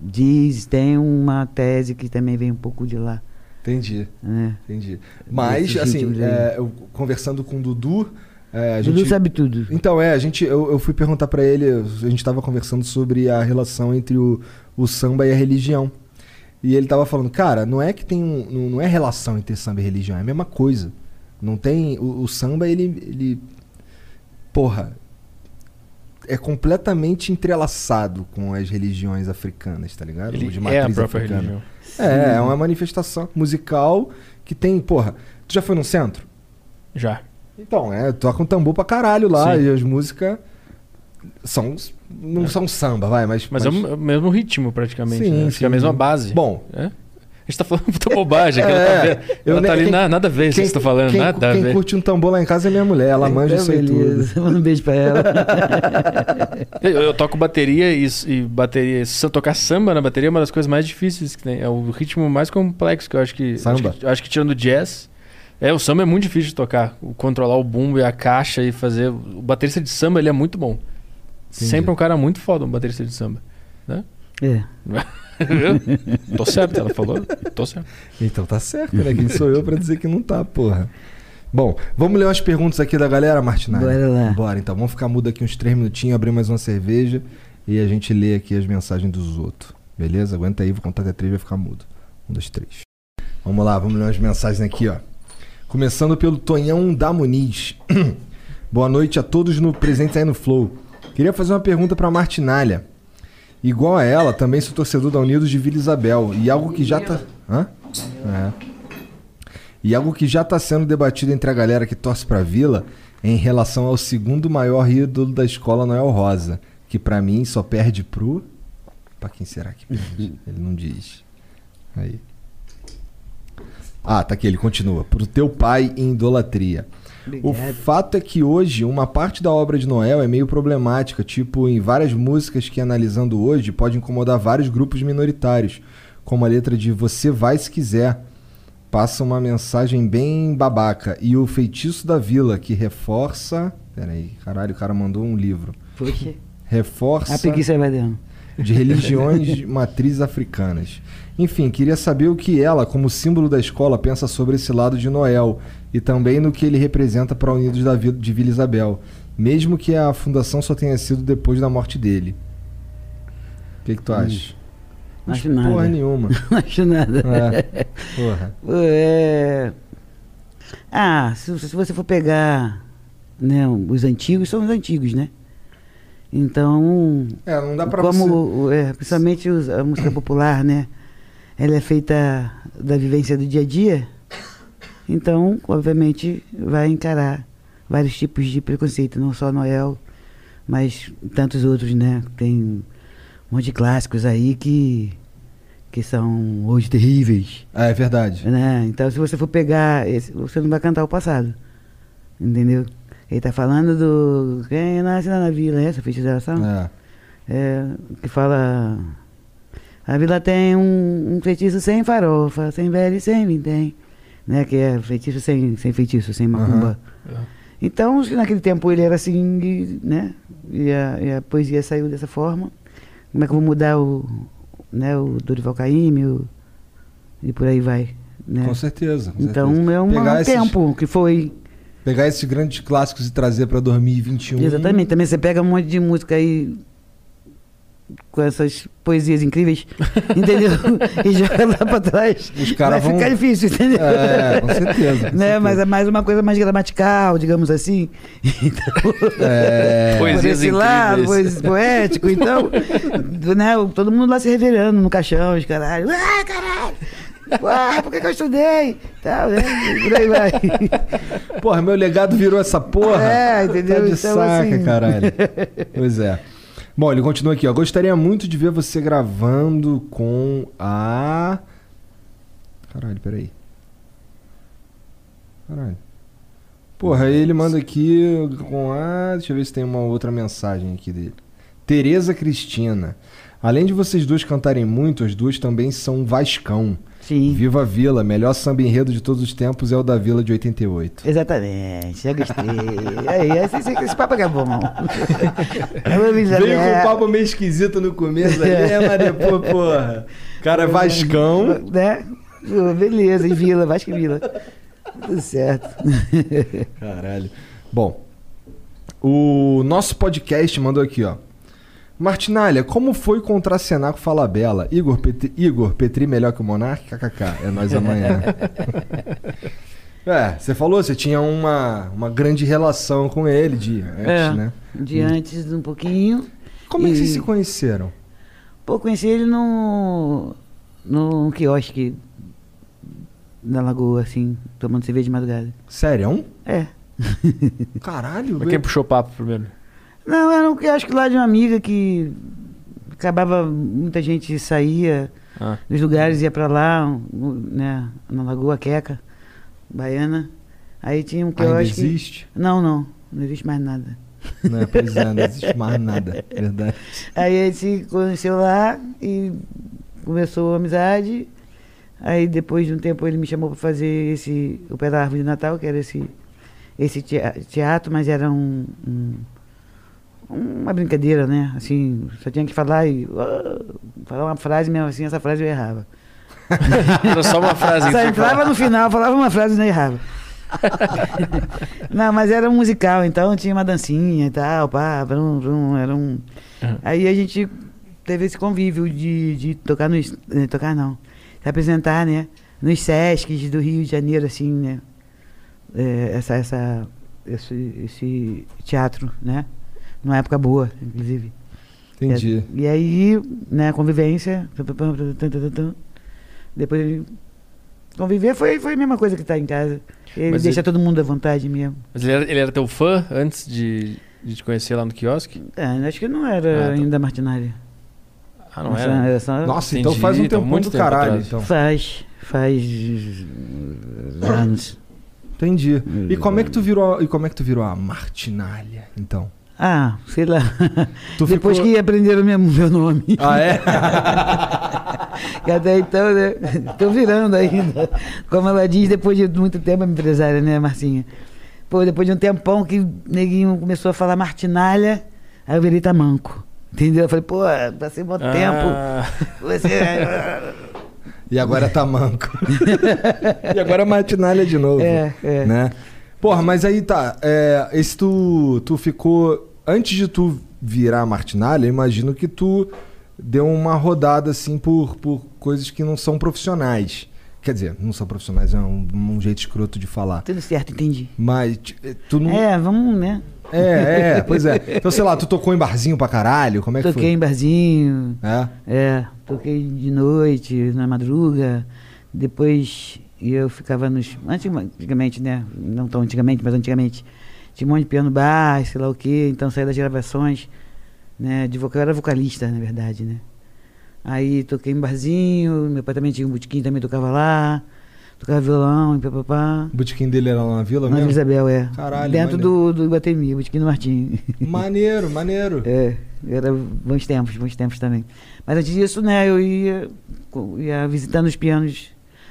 diz, tem uma tese que também vem um pouco de lá, Entendi, né? entendi. Mas, Esse assim, ritmo é, eu conversando com o Dudu. é, a Dudu gente- sabe tudo. Então, é, a gente, eu, eu fui perguntar pra ele, a gente tava conversando sobre a relação entre o, o samba e a religião. E ele tava falando, cara, não é que tem um, não, não é relação entre samba e religião, é a mesma coisa. Não tem o, o samba ele ele porra é completamente entrelaçado com as religiões africanas, tá ligado? Ou Ele é a própria africana. religião. É, é uma manifestação musical que tem, porra, tu já foi num centro? Já. Então, é, toca um tambor pra caralho lá Sim. É. e as músicas são. Não são samba, vai, mas. Mas, é o- é o mesmo ritmo, praticamente. Sim, né? Acho que é a sim. mesma base. Bom. É? A gente tá falando muita bobagem. que ela tá, É, vendo- eu ela nem- tá ali quem- na- nada a ver, quem- vocês estão falando. quem, nada a quem ver. curte um tambor lá em casa é minha mulher, ela manja isso aí tudo. Então, Beleza. Manda um beijo pra ela. Eu, eu toco bateria e, s- e bateria. se- Tocar samba na bateria é uma das coisas mais difíceis que tem. É o ritmo mais complexo que eu acho que. Samba. Acho que, acho que tirando o jazz. É, o samba é muito difícil de tocar. O- Controlar o bumbo e a caixa e fazer. O baterista de samba ele é muito bom. Sempre é um cara muito foda, um baterista de samba. É. Viu? Tô certo, ela falou. Tô certo. Então tá certo, né? Quem sou eu pra dizer que não tá, porra. Bom, vamos ler umas perguntas aqui da galera, Martinari. Bora lá. Bora, então. Vamos ficar mudo aqui uns três minutinhos, abrir mais uma cerveja e a gente lê aqui as mensagens dos outros. Beleza? Aguenta aí, vou contar até três e vai ficar mudo. Um, dois, três. Vamos lá, vamos ler umas mensagens aqui, ó. Começando pelo Tonhão da Muniz. Boa noite a todos no presente aí no Flow. Queria fazer uma pergunta pra Martinalha. Igual a ela, também sou torcedor da Unidos de Vila Isabel. E algo que já tá. Hã? É. E algo que já está sendo debatido entre a galera que torce para a Vila em relação ao segundo maior ídolo da escola Noel Rosa, que para mim só perde pro para quem será que perde? Ele não diz. Aí. Ah, tá aqui, ele continua. Pro teu pai em idolatria. O fato é que hoje uma parte da obra de Noel é meio problemática, tipo em várias músicas que analisando hoje pode incomodar vários grupos minoritários, como a letra de Você Vai Se Quiser, passa uma mensagem bem babaca, e o Feitiço da Vila, que reforça. Peraí, caralho, o cara mandou um livro. Poxa. Reforça A preguiça vai dando. de religiões de matriz africanas. Enfim, queria saber o que ela, como símbolo da escola, pensa sobre esse lado de Noel e também no que ele representa para Unidos da Vi- de Vila Isabel, mesmo que a fundação só tenha sido depois da morte dele. O que, que tu acha? Não acho Porra Hum, nada. nenhuma. Não acho nada. É. Porra. É... Ah, se, se você for pegar né, os antigos, são os antigos, né? Então, É, não dá pra você. como o- é, principalmente os- a música popular, né? Ela é feita da vivência do dia a dia. Então, obviamente, vai encarar vários tipos de preconceito, não só Noel, mas tantos outros, né? Tem um monte de clássicos aí que, que são hoje terríveis. Ah, é verdade. Né? Então, se você for pegar, esse- você não vai cantar o passado. Entendeu? Ele tá falando do. Quem nasce lá na vila, essa feitiçação? É. É, que fala. A vila tem um, um feitiço sem farofa, sem velho e sem vintém. Né? Que é feitiço sem, sem feitiço, sem macumba. Então, acho que naquele tempo ele era assim, e, né? E a, e a poesia saiu dessa forma. Como é que eu vou mudar o, né, o Dorival Caymmi o- e por aí vai, né? Com certeza. com Então certeza. é um pegar esses, tempo que foi. Pegar esses grandes clássicos e trazer pra 2021. Exatamente. Também você pega um monte de música aí com essas poesias incríveis, entendeu? e joga lá pra trás. Os caras vai vão- ficar difícil, entendeu? É, com certeza. com Né? certeza. Mas é mais uma coisa mais gramatical, digamos assim. Então, É, Pois- por Poesias esse lado, incríveis. poes- poético, então, né, o- todo mundo lá se reverando no caixão, os caralho. Ah, caralho! Ah, por que, que eu estudei? Tal, né? Por aí vai. Porra, meu legado virou essa porra. É, entendeu? Tá de Então, saca, assim- caralho. Pois é. Bom, ele continua aqui, ó. Gostaria muito de ver você gravando com a. Caralho, peraí. Caralho. Porra, aí ele manda aqui com a. Deixa eu ver se tem uma outra mensagem aqui dele. Tereza Cristina. Além de vocês duas cantarem muito, as duas também são Vascão. Sim, Viva a Vila, melhor samba enredo de todos os tempos é o da Vila de 88. exatamente. Já gostei. Aí, esse, esse, esse papo é bom. né? Eu me Veio com um papo meio esquisito no começo ali, né? mas depois, porra. Cara, é Vascão. Né? Oh, Beleza, em Vila, Vasco e Vila. Tudo certo. Caralho. Bom, o nosso podcast mandou aqui, ó. Martinalha, como foi contracenar com Fala Bela? Igor Petri, Igor Petri melhor que o Monark? KKK, é nós amanhã. é, você falou, você tinha uma, uma grande relação com ele de antes, É. né? De antes, um pouquinho. Como é que vocês E- se conheceram? Pô, conheci ele no, no quiosque na lagoa, assim, tomando cerveja de madrugada. Sério? um É. Caralho, Mas é quem puxou papo primeiro? Não, era um quiosque lá de uma amiga que acabava, muita gente saía Ah. dos lugares, ia pra lá, um, né, na Lagoa Queca, Baiana. Aí tinha um Ainda quiosque. existe? Não, não, não existe mais nada. Né? Pois é, não existe mais nada, verdade. Aí a gente se conheceu lá e começou a amizade. Aí depois de um tempo ele me chamou para fazer esse o pé da árvore de Natal, que era esse esse tea- teatro, mas era um, um- uma brincadeira, né? Assim, só tinha que falar e ah, falar uma frase mesmo assim, essa frase eu errava. Era só uma frase. Só que tu entrava falava. no final, falava uma frase e não errava. não, mas era um musical, então tinha uma dancinha e tal, pá, brum, brum, era um. Aham. Aí a gente teve esse convívio de, de tocar nos. eh, Tocar não. Se apresentar, né? Nos Sescs do Rio de Janeiro, assim, né? eh, essa, essa, esse, esse teatro, né? Numa época boa, inclusive. Entendi. E aí, né, convivência. tum, tum, tum, tum, tum, tum, tum. Depois ele. Conviver foi, foi a mesma coisa que tá em casa. Ele Mas deixa ele- todo mundo à vontade mesmo. Mas ele era, ele era teu fã antes de, de te conhecer lá no quiosque? É, acho que não era Ah, tá. ainda Martinari. Ah, não era? Nossa, Entendi, então faz um então, tempão muito do tempo caralho, atrás. então. é Faz. Faz. uh, anos. Entendi. E como é que tu virou, e como é que tu virou a Martinalha, então? Ah, sei lá. Tu Depois ficou- que aprenderam mesmo meu nome. Ah, é? Que até então, né? Tô virando ainda. Como ela diz, depois de muito tempo, a empresária, né, Marcinha? Pô, depois de um tempão que o neguinho começou a falar martinalha, aí eu virei tamanco. Entendeu? Eu falei, pô, passei um bom Ah. tempo. Ah. Você. E agora tá manco. e agora é Martinalha de novo. É, é. Né? Porra, mas aí tá. é, esse tu, tu ficou. Antes de tu virar a Martinalha, eu imagino que tu deu uma rodada assim por, por coisas que não são profissionais. Quer dizer, não são profissionais, é um, um jeito escroto de falar. Tudo certo, entendi. Mas t- tu não. É, vamos, né? É, é, pois é. Então, sei lá, tu tocou em barzinho pra caralho? Como é que Toquei em barzinho. foi? É? É, toquei de noite, na madruga, depois eu ficava nos. antigu- Antigamente, né? Não tão antigamente, mas antigamente. Tinha um monte de piano bar, sei lá o quê, então saía das gravações, né? De vocal, eu era vocalista, na verdade, né? Aí toquei em barzinho, meu pai também tinha um botequim, também tocava lá, tocava violão e papapá. O botequim dele era lá na vila Ana mesmo? Isabel, é. Caralho, Dentro do, do Iguatemi, botequim do Martim. Maneiro, maneiro. É, era bons tempos, bons tempos também. Mas antes disso, né, eu ia, co- ia visitando os pianos,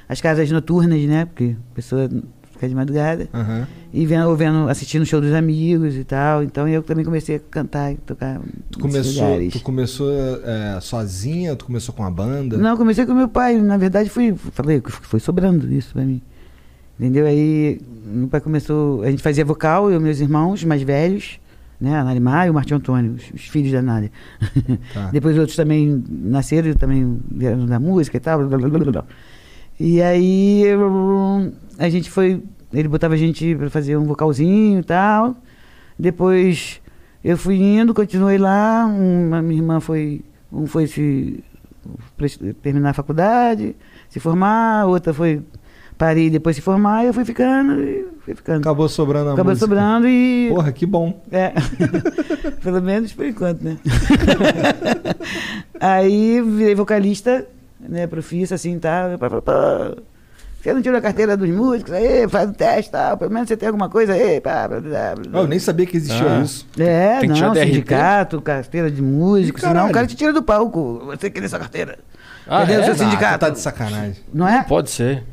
as casas noturnas, né, porque a pessoa ficar de madrugada. Aham. E vendo, vendo, assistindo o show dos amigos e tal. Então eu também comecei a cantar e tocar. Tu nesses começou, lugares. tu começou é, sozinha? Tu começou com a banda? Não, eu comecei com meu pai. Na verdade, fui, falei, que foi sobrando isso pra mim. Entendeu? Aí meu pai começou. A gente fazia vocal, eu e meus irmãos mais velhos, né? A Narimar e o Martim Antônio, os, os filhos da Nari. Tá. Depois outros também nasceram e também vieram da música e tal. Blá, blá, blá, blá, blá. E aí eu- a gente foi. Ele botava a gente pra fazer um vocalzinho e tal. Depois eu fui indo, continuei lá. Uma, minha irmã foi. Um foi se pres- terminar a faculdade, se formar, a outra foi parir e depois se formar, e eu fui ficando e fui ficando. Acabou, Acabou sobrando a música. sobrando e. Porra, que bom. É. Pelo menos por enquanto, né? aí virei vocalista, né? Profissa, assim, tá? Meu pai falou, pô, você não tirou a carteira dos músicos, aí faz um teste, tal. Pelo menos você tem alguma coisa aí, pá, blá, blá, blá. Eu nem sabia que existia Ah. isso. É, Tem que tirar não, DRT? sindicato, carteira de músico, Ih, senão caralho. o cara te tira do palco. Você querer sua carteira. Ah, Cadê é? o Ah, seu Ah, tu sindicato? tá de sacanagem. Não é? Pode ser.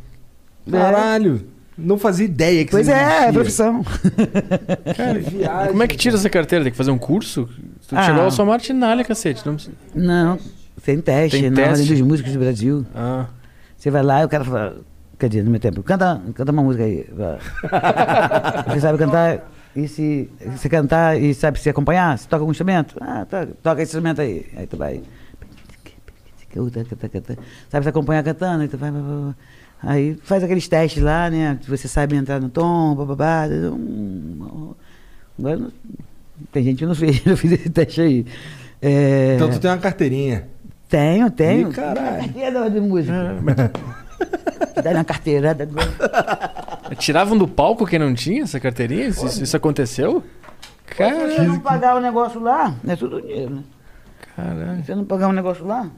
Caralho. Não fazia ideia que Pois isso é, existia. é profissão. Cara, viagem. Como é que tira essa carteira? Tem que fazer um curso? Tu Ah. chegou lá só martinalha, cacete. Não precisa... Não, tem teste, Tem na teste? Ordem dos Músicos do Brasil. Ah. Você vai lá e o cara fala, quer dizer, no meu tempo, canta, canta uma música aí. Fala. Você sabe cantar e se, se cantar e sabe se acompanhar? Se toca algum instrumento? Ah, toca, toca esse instrumento aí. Aí tu vai. Sabe se acompanhar cantando? Aí tu vai. vai, vai, vai. Aí faz aqueles testes lá, né? Se Você sabe entrar no tom, bababá. hum, Agora não- tem gente que não fez, não fiz esse teste aí. É, Então tu tem uma carteirinha. Tenho, tenho. Ih, caralho. É. Carteira de música. Dá na carteira. dá- Tiravam do palco quem não tinha essa carteirinha? Isso, isso- isso aconteceu? Se você Caralho. não pagar o negócio lá, é tudo dinheiro, né? Caralho. Se você não pagar o negócio lá, entendeu?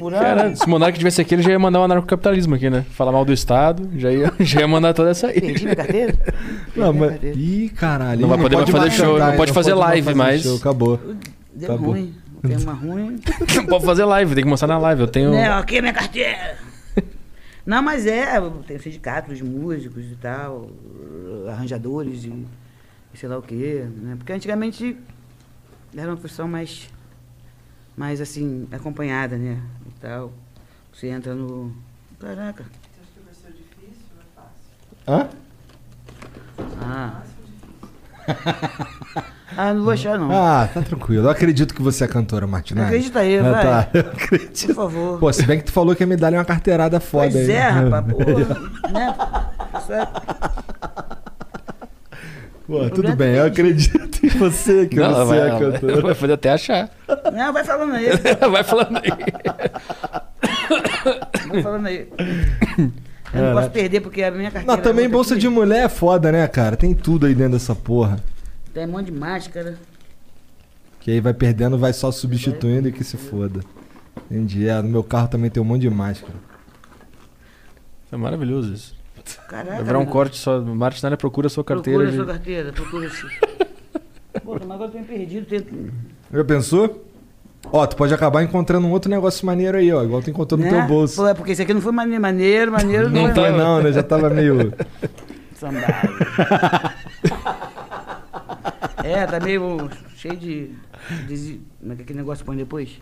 Por ano. Caralho, se o Monarca tivesse aqui, ele já ia mandar o anarcocapitalismo aqui, né? Falar mal do Estado, já ia, já ia mandar toda essa aí. Perdi minha carteira? Perdi Não, minha mas... carteira. Ih, caralho. Não vai Ih, poder mais fazer mais show, cantar, não pode fazer live mais. show, acabou. Deu tá bom. ruim. Deu uma ruim. Não pode fazer live, tem que mostrar na live. Eu tenho. Né, ó, aqui é minha carteira. Não, mas é, tem o sindicato dos músicos e tal, arranjadores e, e sei lá o quê, né? Porque antigamente era uma profissão mais, mais assim, acompanhada, né? E tal. Você entra no. Caraca. Hã? Ah. Ah, não vou achar não. Ah, tá tranquilo. Eu acredito que você é cantora, Martinelli. Acredita aí, Ah, vai. Tá, eu acredito. Por favor. Pô, se bem que tu falou que a medalha é uma carteirada foda pois aí. é, rapaz, porra. né? Isso é- Pô, tudo bem, eu acredito em você que Não, você ela vai, é ela vai- cantora. vai fazer até achar. Não, né, vai falando aí. Vai falando aí. Vou Tá falando aí. Eu não posso perder porque a minha carteira. Mas também é outra bolsa aqui. de mulher é foda, né, cara? Tem tudo aí dentro dessa porra. Tem um monte de máscara. Que aí vai perdendo, vai só substituindo e que se foda. Entendi. É, no meu carro também tem um monte de máscara. É maravilhoso isso. Caraca. Vai virar um mano. corte só. Martinalha procura a sua carteira. Procura a sua de- carteira, procura esse. Pô, mas agora eu tenho perdido. Tenho... Já pensou? Ó, tu pode acabar encontrando um outro negócio maneiro aí, ó. Igual tu encontrou no né? teu bolso. Pô, é porque isso aqui não foi mane- maneiro, maneiro não, Não é tá- Mas não, né? Já tava meio. Sambado. é, tá meio cheio de. de... Como é que aquele negócio põe depois?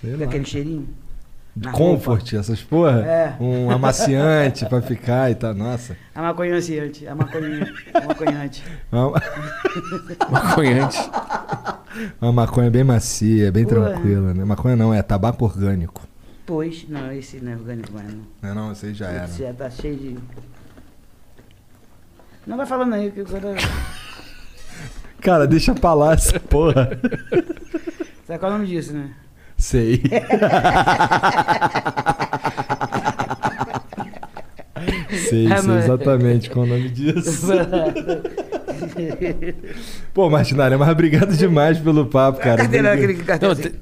Sei Fica lá. aquele cheirinho. Na Comfort, essas porra. É. Um amaciante pra ficar e tal. Nossa. A maconha ansiante, a maconha, a maconhante. Uma, Maconhante. uma maconha bem macia, bem Porra. tranquila, né? Maconha não, é tabaco orgânico. Pois, não, esse não é orgânico mais, não. Não, é não, isso aí já era. Putz, Já tá cheio de. Não vai falando aí, que agora. Cara, deixa pra lá essa porra. Sabe qual é o nome disso, né? Sei. sei, Ah, sei mas- exatamente qual é o nome disso. Pô, Martinário, mas obrigado demais pelo papo, cara. carteira, aquele que Não, carteira. te-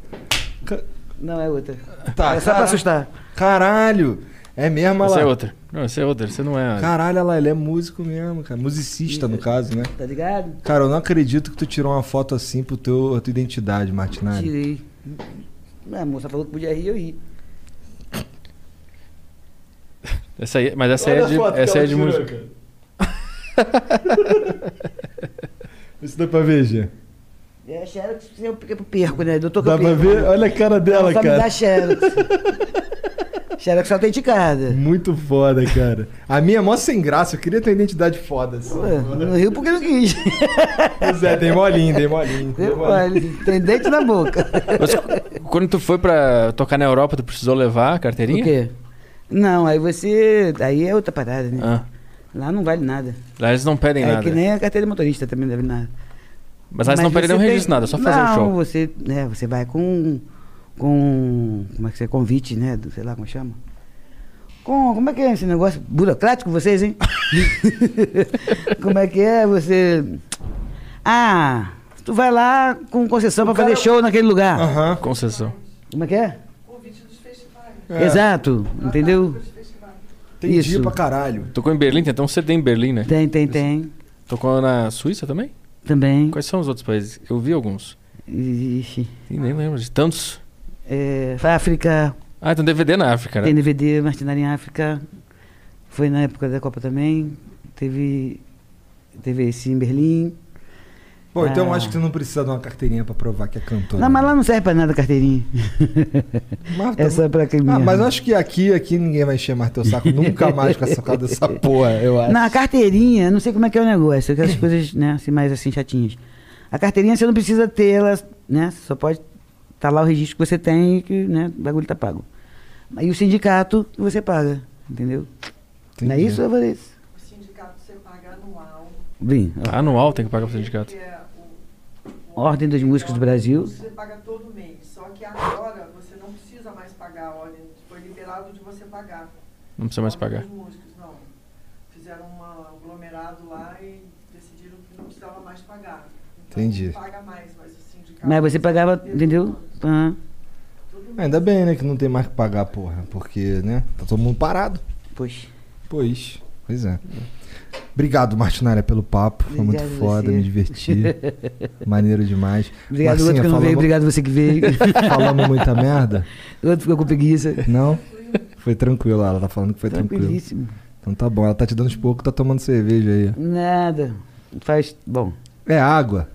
Não, é outra. Tá, é só pra assustar. Caralho! É mesmo, Essa é ela. outra. Não, essa é outra. Você não é. Caralho, ela, ele é músico mesmo, cara. Musicista, no caso, né? Tá ligado? Cara, eu não acredito que tu tirou uma foto assim pro teu, a tua identidade, Martinari. Tirei. Ah, A moça falou que podia rir, eu ri. Essa aí, mas essa aí é de, essa aí é de música. Isso dá pra ver, Gê. É, Xerox, eu porque eu perco, né? Doutor que Dá eu pra perco. ver? Olha a cara Ela dela, só me dá cara. Xerox. Xerox é autenticada. Muito foda, cara. A minha é mó sem graça, eu queria ter uma identidade foda. assim. Ué, No Rio porque não quis. Pois é, tem molinho, tem molinho. Tem molinho. Olha, Tem dente na boca. Mas quando tu foi pra tocar na Europa, tu precisou levar a O carteirinha? quê? Não, aí você. Aí é outra parada, né? Ah, Lá não vale nada. lá eles não pedem é nada. que nem a carteira de motorista também não vale nada. Mas lá eles não pedem você nenhum tem- registro, nada, é só fazer não, o show. Você, né, você vai com. Com. Como é que é? Convite, né? Do, sei lá como chama. Com, como é que é esse negócio? Burocrático vocês, hein? como é que é? Você. Ah, tu vai lá com concessão pra fazer show naquele lugar. Aham. Concessão. Como é que é? É. Exato, entendeu? Entendi Isso. pra caralho. Tocou em Berlim, tem até um CD em Berlim, né? Tem, tem, tem. Tocou na Suíça também? Também. Quais são os outros países? Eu vi alguns. Ixi. Ih, nem lembro de tantos. É, África, Ah, tem um DVD na África, né? tem DVD, Martinário em África. Foi na época da Copa também. Teve. Teve esse em Berlim. Bom, então eu Ah. acho que você não precisa dar uma carteirinha pra provar que é cantor. Não, mas lá não serve pra nada a carteirinha. Mas tá- É só pra quem Ah, mesmo. mas eu acho que aqui, aqui ninguém vai encher mais teu saco nunca mais com essa cara dessa porra, eu acho. Na carteirinha, não sei como é que é o negócio, aquelas coisas, né, assim, mais assim, chatinhas. A carteirinha você não precisa ter ela, né? Você só pode tá lá o registro que você tem e que, né, o bagulho tá pago. E o sindicato que você paga, entendeu? Não é Entendi. isso, Evaristo? O sindicato você paga anual, Bem, ó, Anual tem que pagar pro sindicato. que é o. Ordem dos Músicos do Brasil. Você paga todo mês. Só que agora você não precisa mais pagar a ordem. Foi liberado de você pagar. Não precisa mais A ordem pagar. dos músicos, não. Fizeram uma- um aglomerado lá e decidiram que não precisava mais pagar. Então, Entendi. Não paga mais, mas o sindicato. mas você pagava, entendeu? Ah, Ainda bem, né, que não tem mais que pagar, porra. Porque, né, tá todo mundo parado. poxa. Pois. Pois é. Obrigado, Martinária, pelo papo. Foi muito Obrigado foda, você. me diverti. Maneiro demais. Obrigado outro que não veio, obrigado você que veio. Falamos muita merda? outro ficou com preguiça. Não? Foi tranquilo, ela tá falando que foi tranquilo. Tranquilíssimo. Então tá bom, ela tá te dando os poucos, tá tomando cerveja aí. Nada. Faz, bom, É água.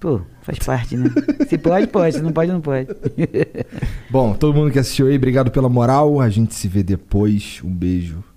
pô, faz parte, né? Se pode, pode. Se não pode, não pode. Bom, todo mundo que assistiu aí, obrigado pela moral. A gente se vê depois. Um beijo.